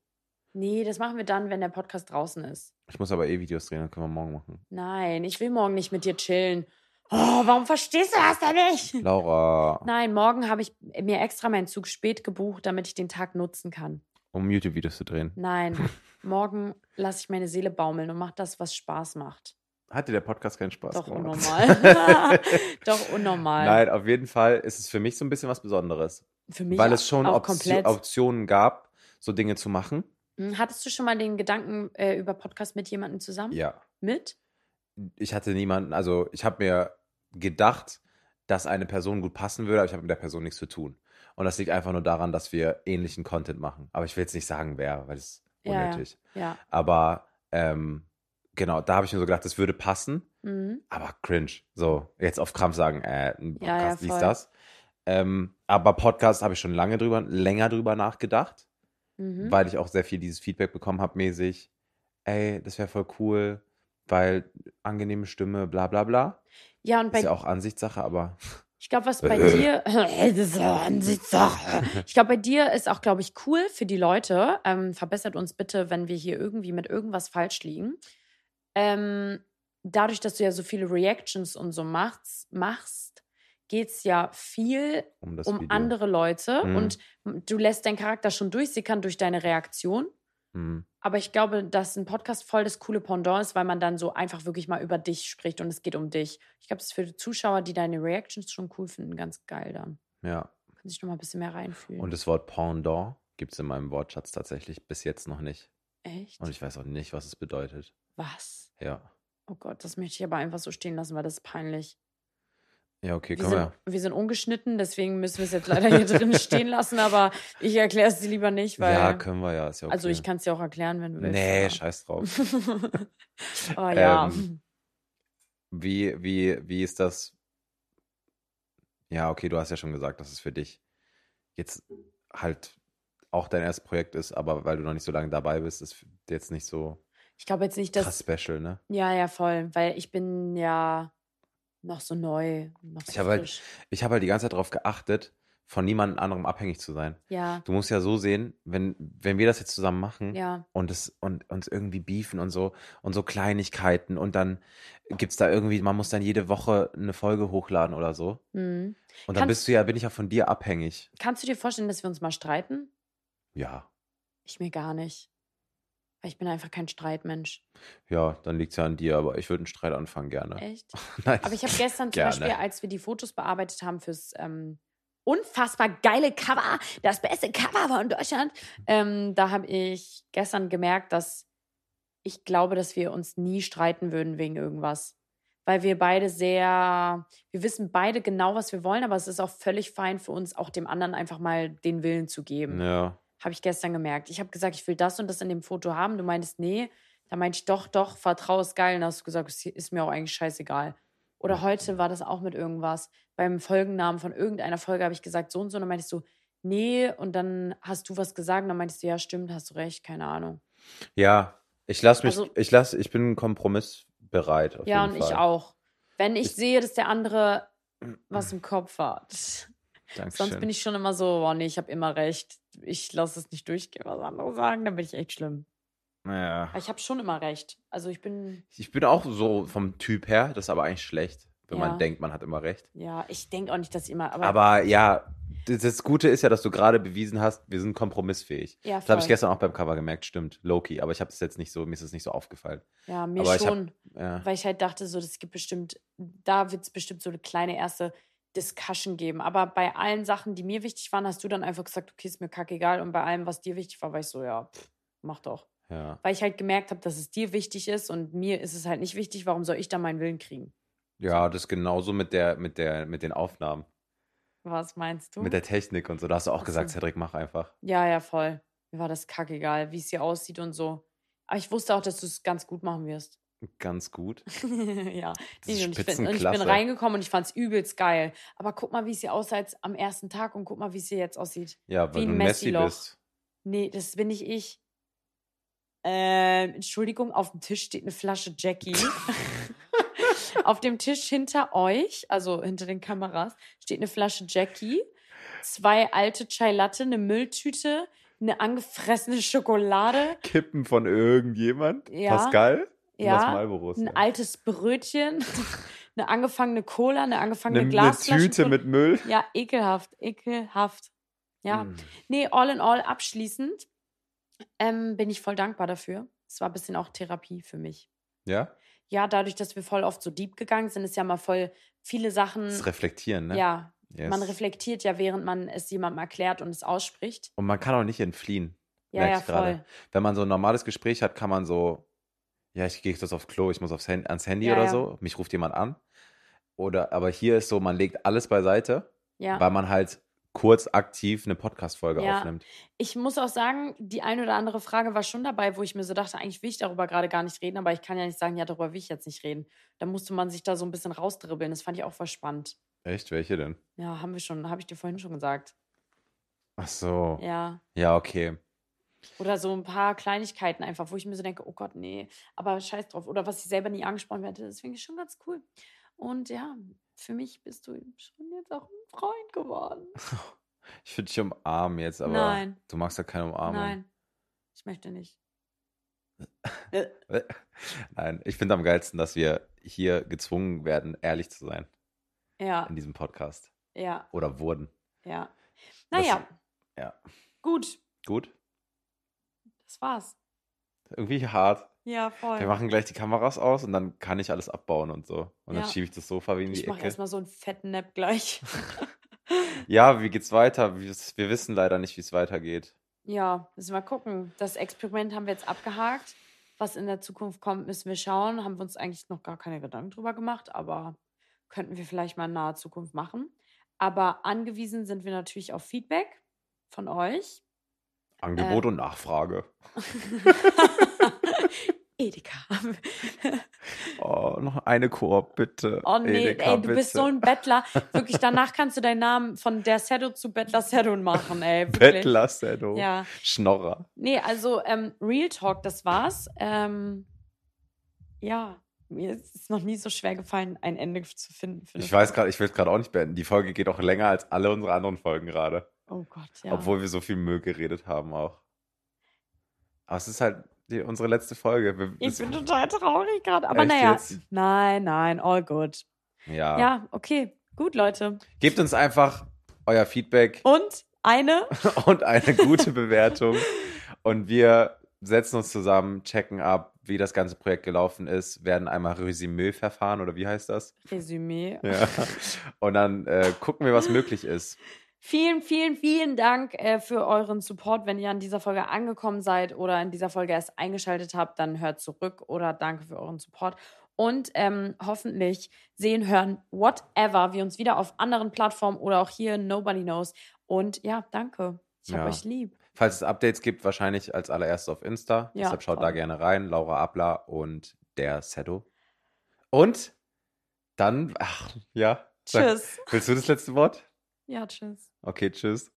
Speaker 2: Nee, das machen wir dann, wenn der Podcast draußen ist.
Speaker 1: Ich muss aber eh Videos drehen, dann können wir morgen machen.
Speaker 2: Nein, ich will morgen nicht mit dir chillen. Oh, warum verstehst du das denn nicht?
Speaker 1: Laura,
Speaker 2: Nein, morgen habe ich mir extra meinen Zug spät gebucht, damit ich den Tag nutzen kann.
Speaker 1: um YouTube-Videos zu drehen.
Speaker 2: Nein, morgen lasse ich meine Seele baumeln und mache das, was Spaß macht.
Speaker 1: Hat dir der Podcast keinen Spaß
Speaker 2: Doch
Speaker 1: gemacht?
Speaker 2: unnormal. Doch unnormal.
Speaker 1: Nein, auf jeden Fall ist es für mich so ein bisschen was Besonderes.
Speaker 2: Für mich
Speaker 1: weil es schon
Speaker 2: auch
Speaker 1: Opti-
Speaker 2: komplett.
Speaker 1: Optionen gab, so Dinge zu machen.
Speaker 2: Hm, Hattest du schon mal den Gedanken äh, über Podcast mit jemandem zusammen?
Speaker 1: Ja.
Speaker 2: Mit?
Speaker 1: Ich hatte niemanden, also ich habe mir gedacht, dass eine Person gut passen würde, aber ich habe mit der Person nichts zu tun. Und das liegt einfach nur daran, dass wir ähnlichen Content machen. Aber ich will jetzt nicht sagen, wer, weil das ist
Speaker 2: Ja, ja.
Speaker 1: unnötig.
Speaker 2: Ja.
Speaker 1: Aber ähm, genau, da habe ich mir so gedacht, das würde passen,
Speaker 2: Mhm.
Speaker 1: aber cringe. So, jetzt auf Krampf sagen, äh, ein
Speaker 2: Ja, ja,
Speaker 1: Podcast, dies,
Speaker 2: voll.
Speaker 1: das. Ähm, aber Podcast habe ich schon lange drüber, länger drüber nachgedacht.
Speaker 2: Mhm.
Speaker 1: weil ich auch sehr viel dieses Feedback bekommen habe, mäßig, ey, das wäre voll cool, weil angenehme Stimme, bla bla bla.
Speaker 2: ja, und bei,
Speaker 1: Ist ja auch Ansichtssache, aber
Speaker 2: ich glaube, was bei dir, das ist ja Ansichtssache. Ich glaube, bei dir ist auch, glaube ich, cool für die Leute. Ähm, verbessert uns bitte, wenn wir hier irgendwie mit irgendwas falsch liegen. Ähm, dadurch, dass du ja so viele Reactions und so machst, machst geht es ja viel
Speaker 1: um das
Speaker 2: um
Speaker 1: Video.
Speaker 2: andere Leute
Speaker 1: Mhm.
Speaker 2: und du lässt deinen Charakter schon durchsickern durch deine Reaktion
Speaker 1: Hm.
Speaker 2: Aber ich glaube, dass ein Podcast voll das coole Pendant ist, weil man dann so einfach wirklich mal über dich spricht und es geht um dich. Ich glaube, das ist für die Zuschauer, die deine Reactions schon cool finden, ganz geil dann.
Speaker 1: Ja.
Speaker 2: Kann sich noch mal ein bisschen mehr reinfühlen.
Speaker 1: Und das Wort Pendant gibt es in meinem Wortschatz tatsächlich bis jetzt noch nicht.
Speaker 2: Echt?
Speaker 1: Und ich weiß auch nicht, was es bedeutet.
Speaker 2: Was?
Speaker 1: Ja.
Speaker 2: Oh Gott, das möchte ich aber einfach so stehen lassen, weil das ist peinlich.
Speaker 1: Ja, okay,
Speaker 2: Wir
Speaker 1: komm
Speaker 2: sind,
Speaker 1: her.
Speaker 2: wir sind ungeschnitten, deswegen müssen wir es jetzt leider hier drin stehen lassen, aber ich erkläre es dir lieber nicht, weil.
Speaker 1: ja, können wir ja. Ist ja okay.
Speaker 2: Also ich kann es dir auch erklären, wenn du willst.
Speaker 1: Nee,
Speaker 2: aber-
Speaker 1: scheiß drauf.
Speaker 2: oh ja.
Speaker 1: Ähm, Wie, wie, wie ist das? Ja, okay, du hast ja schon gesagt, dass es für dich jetzt halt auch dein erstes Projekt ist, aber weil du noch nicht so lange dabei bist, ist jetzt nicht so
Speaker 2: ich glaube jetzt nicht, dass.
Speaker 1: krass special, ne?
Speaker 2: Ja, ja, voll. Weil ich bin ja noch so neu. Noch so
Speaker 1: Ich habe halt-
Speaker 2: frisch.
Speaker 1: Ich habe halt die ganze Zeit darauf geachtet, von niemand anderem abhängig zu sein.
Speaker 2: Ja,
Speaker 1: Du musst ja so sehen, wenn, wenn wir das jetzt zusammen machen
Speaker 2: ja.
Speaker 1: und, es, und uns irgendwie beefen und so und so Kleinigkeiten und dann gibt es da irgendwie, man muss dann jede Woche eine Folge hochladen oder so.
Speaker 2: Mhm.
Speaker 1: Und dann
Speaker 2: Kannst-
Speaker 1: bist du ja, bin ich ja von dir abhängig.
Speaker 2: Kannst du dir vorstellen, dass wir uns mal streiten?
Speaker 1: Ja.
Speaker 2: Ich mir gar nicht. Weil ich bin einfach kein Streitmensch.
Speaker 1: Ja, dann liegt es ja an dir, aber ich würde einen Streit anfangen gerne.
Speaker 2: Echt?
Speaker 1: Nein.
Speaker 2: Äh, Aber ich habe gestern zum
Speaker 1: Gerne.
Speaker 2: Beispiel, als wir die Fotos bearbeitet haben fürs ähm, unfassbar geile Cover, das beste Cover war in Deutschland, ähm, da habe ich gestern gemerkt, dass ich glaube, dass wir uns nie streiten würden wegen irgendwas. Weil wir beide sehr, wir wissen beide genau, was wir wollen, aber es ist auch völlig fein für uns, auch dem anderen einfach mal den Willen zu geben.
Speaker 1: Ja.
Speaker 2: Habe ich gestern gemerkt. Ich habe gesagt, ich will das und das in dem Foto haben. Du meintest, nee. Da meinte ich, doch, doch, vertrau ist geil. Und dann hast du gesagt, es ist mir auch eigentlich scheißegal. Oder heute war das auch mit irgendwas. Beim Folgennamen von irgendeiner Folge habe ich gesagt, so und so. Und dann meintest du, nee. Und dann hast du was gesagt. Und dann meintest du, ja, stimmt, hast du recht, keine Ahnung.
Speaker 1: Ja, ich lasse mich,
Speaker 2: Also-
Speaker 1: ich lasse, ich bin kompromissbereit. Auf
Speaker 2: ja, und
Speaker 1: jeden
Speaker 2: ich
Speaker 1: Fall.
Speaker 2: auch. Wenn ich,
Speaker 1: Ich-
Speaker 2: sehe, dass der andere was im Kopf hat.
Speaker 1: mm, Dankeschön.
Speaker 2: Sonst bin ich schon immer so, oh nee, ich habe immer recht. Ich lasse es nicht durchgehen, was andere sagen. Dann bin ich echt schlimm.
Speaker 1: Ja.
Speaker 2: Aber ich habe schon immer recht. Also ich bin
Speaker 1: Ich bin auch so vom Typ her, das ist aber eigentlich schlecht, wenn
Speaker 2: Ja.
Speaker 1: man denkt, man hat immer recht.
Speaker 2: Ja, ich denke auch nicht, dass ich immer. Aber,
Speaker 1: Aber ja, das, das Gute ist ja, dass du gerade bewiesen hast, wir sind kompromissfähig.
Speaker 2: ja,
Speaker 1: Das habe ich
Speaker 2: voll.
Speaker 1: gestern auch beim Cover gemerkt, stimmt, Loki. Aber ich habe es jetzt nicht so, mir ist es nicht so aufgefallen.
Speaker 2: Ja, mir
Speaker 1: aber ich hab-
Speaker 2: schon.
Speaker 1: Ja.
Speaker 2: weil ich halt dachte, so, das gibt bestimmt, da wird es bestimmt so eine kleine erste Discussion geben. Aber bei allen Sachen, die mir wichtig waren, hast du dann einfach gesagt, okay, ist mir kackegal. Und bei allem, was dir wichtig war, war ich so, ja, pff, mach doch.
Speaker 1: ja.
Speaker 2: Weil ich halt gemerkt habe, dass es dir wichtig ist und mir ist es halt nicht wichtig, warum soll ich da meinen Willen kriegen?
Speaker 1: Ja, das ist genauso mit der, mit der, mit den Aufnahmen,
Speaker 2: Was meinst du?
Speaker 1: mit der Technik und so. Da hast du auch
Speaker 2: Oh. Ach
Speaker 1: gesagt,
Speaker 2: so.
Speaker 1: Cedric, mach einfach.
Speaker 2: ja, ja, voll. Mir war das kackegal, wie es hier aussieht und so. Aber ich wusste auch, dass du es ganz gut machen wirst.
Speaker 1: Ganz gut.
Speaker 2: ja.
Speaker 1: Das ist
Speaker 2: Nee, ne? und ich, bin, und ich bin
Speaker 1: Spitzenklasse.
Speaker 2: reingekommen und ich fand's übelst geil. Aber guck mal, wie es hier aussah jetzt am ersten Tag und guck mal, wie es hier jetzt aussieht.
Speaker 1: ja,
Speaker 2: wie
Speaker 1: weil
Speaker 2: ein
Speaker 1: du ein Messi
Speaker 2: Messi-Loch.
Speaker 1: bist.
Speaker 2: Nee, das bin nicht ich. Ähm, Entschuldigung, auf dem Tisch steht eine Flasche Jackie. auf dem Tisch hinter euch, also hinter den Kameras, steht eine Flasche Jackie, zwei alte Chai Latte, eine Mülltüte, eine angefressene Schokolade,
Speaker 1: Kippen von irgendjemand?
Speaker 2: Ja.
Speaker 1: Pascal?
Speaker 2: Ja.
Speaker 1: Und das Malboros.
Speaker 2: ein altes Brötchen, eine angefangene Cola, eine
Speaker 1: eine,
Speaker 2: angefangene
Speaker 1: eine
Speaker 2: Glasflasche.
Speaker 1: Tüte mit Müll.
Speaker 2: Ja, ekelhaft, ekelhaft. Ja,
Speaker 1: Mm.
Speaker 2: nee, all in all abschließend ähm, bin ich voll dankbar dafür. Es war ein bisschen auch Therapie für mich.
Speaker 1: Ja?
Speaker 2: Ja, dadurch, dass wir voll oft so deep gegangen sind, ist ja mal voll viele Sachen.
Speaker 1: Das Reflektieren, ne?
Speaker 2: Hm. Ja,
Speaker 1: Yes.
Speaker 2: man reflektiert ja, während man es jemandem erklärt und es ausspricht.
Speaker 1: Und man kann auch nicht entfliehen.
Speaker 2: Ja,
Speaker 1: Merk
Speaker 2: ja,
Speaker 1: ich gerade.
Speaker 2: voll.
Speaker 1: Wenn man so ein normales Gespräch hat, kann man so, ja, ich gehe jetzt aufs Klo, ich muss aufs Hand, ans Handy
Speaker 2: Ja,
Speaker 1: oder
Speaker 2: ja.
Speaker 1: so, mich ruft jemand an. Oder, aber hier ist so, man legt alles beiseite,
Speaker 2: Ja.
Speaker 1: weil man halt kurz aktiv eine Podcast-Folge
Speaker 2: Ja.
Speaker 1: aufnimmt.
Speaker 2: Ich muss auch sagen, die ein oder andere Frage war schon dabei, wo ich mir so dachte, eigentlich will ich darüber gerade gar nicht reden, aber ich kann ja nicht sagen, ja, darüber will ich jetzt nicht reden. Da musste man sich da so ein bisschen rausdribbeln. Das fand ich auch voll spannend.
Speaker 1: Echt? Welche denn?
Speaker 2: Ja, haben wir schon, habe ich dir vorhin schon gesagt.
Speaker 1: Ach so. Ja,
Speaker 2: Ja.
Speaker 1: okay.
Speaker 2: Oder so ein paar Kleinigkeiten einfach, wo ich mir so denke, oh Gott, nee, aber scheiß drauf. Oder was ich selber nie angesprochen werde, das finde ich schon ganz cool. Und ja, für mich bist du schon jetzt auch ein Freund geworden.
Speaker 1: Ich würde dich umarmen jetzt, aber
Speaker 2: Nein.
Speaker 1: du magst ja keine Umarmung.
Speaker 2: Nein, ich möchte nicht.
Speaker 1: Nein, ich finde am geilsten, dass wir hier gezwungen werden, ehrlich zu sein
Speaker 2: Ja,
Speaker 1: in diesem Podcast.
Speaker 2: ja,
Speaker 1: Oder wurden.
Speaker 2: ja.
Speaker 1: Das-
Speaker 2: Naja,
Speaker 1: ja.
Speaker 2: gut,
Speaker 1: Gut?
Speaker 2: das war's.
Speaker 1: Irgendwie hart.
Speaker 2: Ja,
Speaker 1: Wir
Speaker 2: voll.
Speaker 1: machen gleich die Kameras aus und dann kann ich alles abbauen und so. Und
Speaker 2: Ja.
Speaker 1: dann schiebe ich das Sofa wie in die
Speaker 2: Ich mache
Speaker 1: Ecke.
Speaker 2: erstmal so einen fetten Nap gleich.
Speaker 1: Ja, wie geht's weiter? Wir, wir wissen leider nicht, wie es weitergeht.
Speaker 2: Ja, müssen wir gucken. Das Experiment haben wir jetzt abgehakt. Was in der Zukunft kommt, müssen wir schauen. Haben wir uns eigentlich noch gar keine Gedanken drüber gemacht, aber könnten wir vielleicht mal in naher Zukunft machen. Aber angewiesen sind wir natürlich auf Feedback von euch. Äh.
Speaker 1: Angebot und Nachfrage.
Speaker 2: Edeka.
Speaker 1: Oh, noch eine Koop, bitte.
Speaker 2: Oh nee,
Speaker 1: Edeka,
Speaker 2: ey, du bist so ein Bettler. Wirklich, danach kannst du deinen Namen von der Sedo zu Bettler Sedo machen, ey. Wirklich.
Speaker 1: Bettler, Sedo.
Speaker 2: Ja.
Speaker 1: Schnorrer.
Speaker 2: Nee, also ähm, Real Talk, das war's. Ähm, ja, mir ist es noch nie so schwer gefallen, ein Ende zu finden. für eine
Speaker 1: Ich weiß gerade, ich will es gerade auch nicht beenden. Die Folge geht auch länger als alle unsere anderen Folgen gerade.
Speaker 2: Folge. Oh Gott, ja.
Speaker 1: Obwohl wir so viel Müll geredet haben auch. Aber es ist halt die, unsere letzte Folge. Wir,
Speaker 2: ich
Speaker 1: es-
Speaker 2: bin total traurig gerade. Aber
Speaker 1: Echt
Speaker 2: naja.
Speaker 1: jetzt? Ah.
Speaker 2: Nein, nein, all good.
Speaker 1: ja.
Speaker 2: Ja. okay. Gut, Leute.
Speaker 1: Gebt uns einfach euer Feedback
Speaker 2: Und eine.
Speaker 1: und eine gute Bewertung. Und wir setzen uns zusammen, checken ab, wie das ganze Projekt gelaufen ist, werden einmal Resümee-Verfahren oder wie heißt das?
Speaker 2: Resümee.
Speaker 1: Ja. Und dann äh, gucken wir, was möglich ist.
Speaker 2: Vielen, vielen, vielen Dank äh, für euren Support. Wenn ihr an dieser Folge angekommen seid oder in dieser Folge erst eingeschaltet habt, dann hört zurück oder danke für euren Support. Und ähm, hoffentlich sehen, hören, whatever, wir uns wieder auf anderen Plattformen oder auch hier in Nobody Knows. Und ja, danke. Ich habe
Speaker 1: Ja.
Speaker 2: euch lieb.
Speaker 1: Falls es Updates gibt, wahrscheinlich als allererstes auf Insta.
Speaker 2: Ja,
Speaker 1: Deshalb schaut
Speaker 2: voll.
Speaker 1: da gerne rein. Laura Abla und der Sedo. Und dann, ach, ja. sag-
Speaker 2: Tschüss.
Speaker 1: Willst du das letzte Wort?
Speaker 2: Ja, tschüss.
Speaker 1: Okay, tschüss.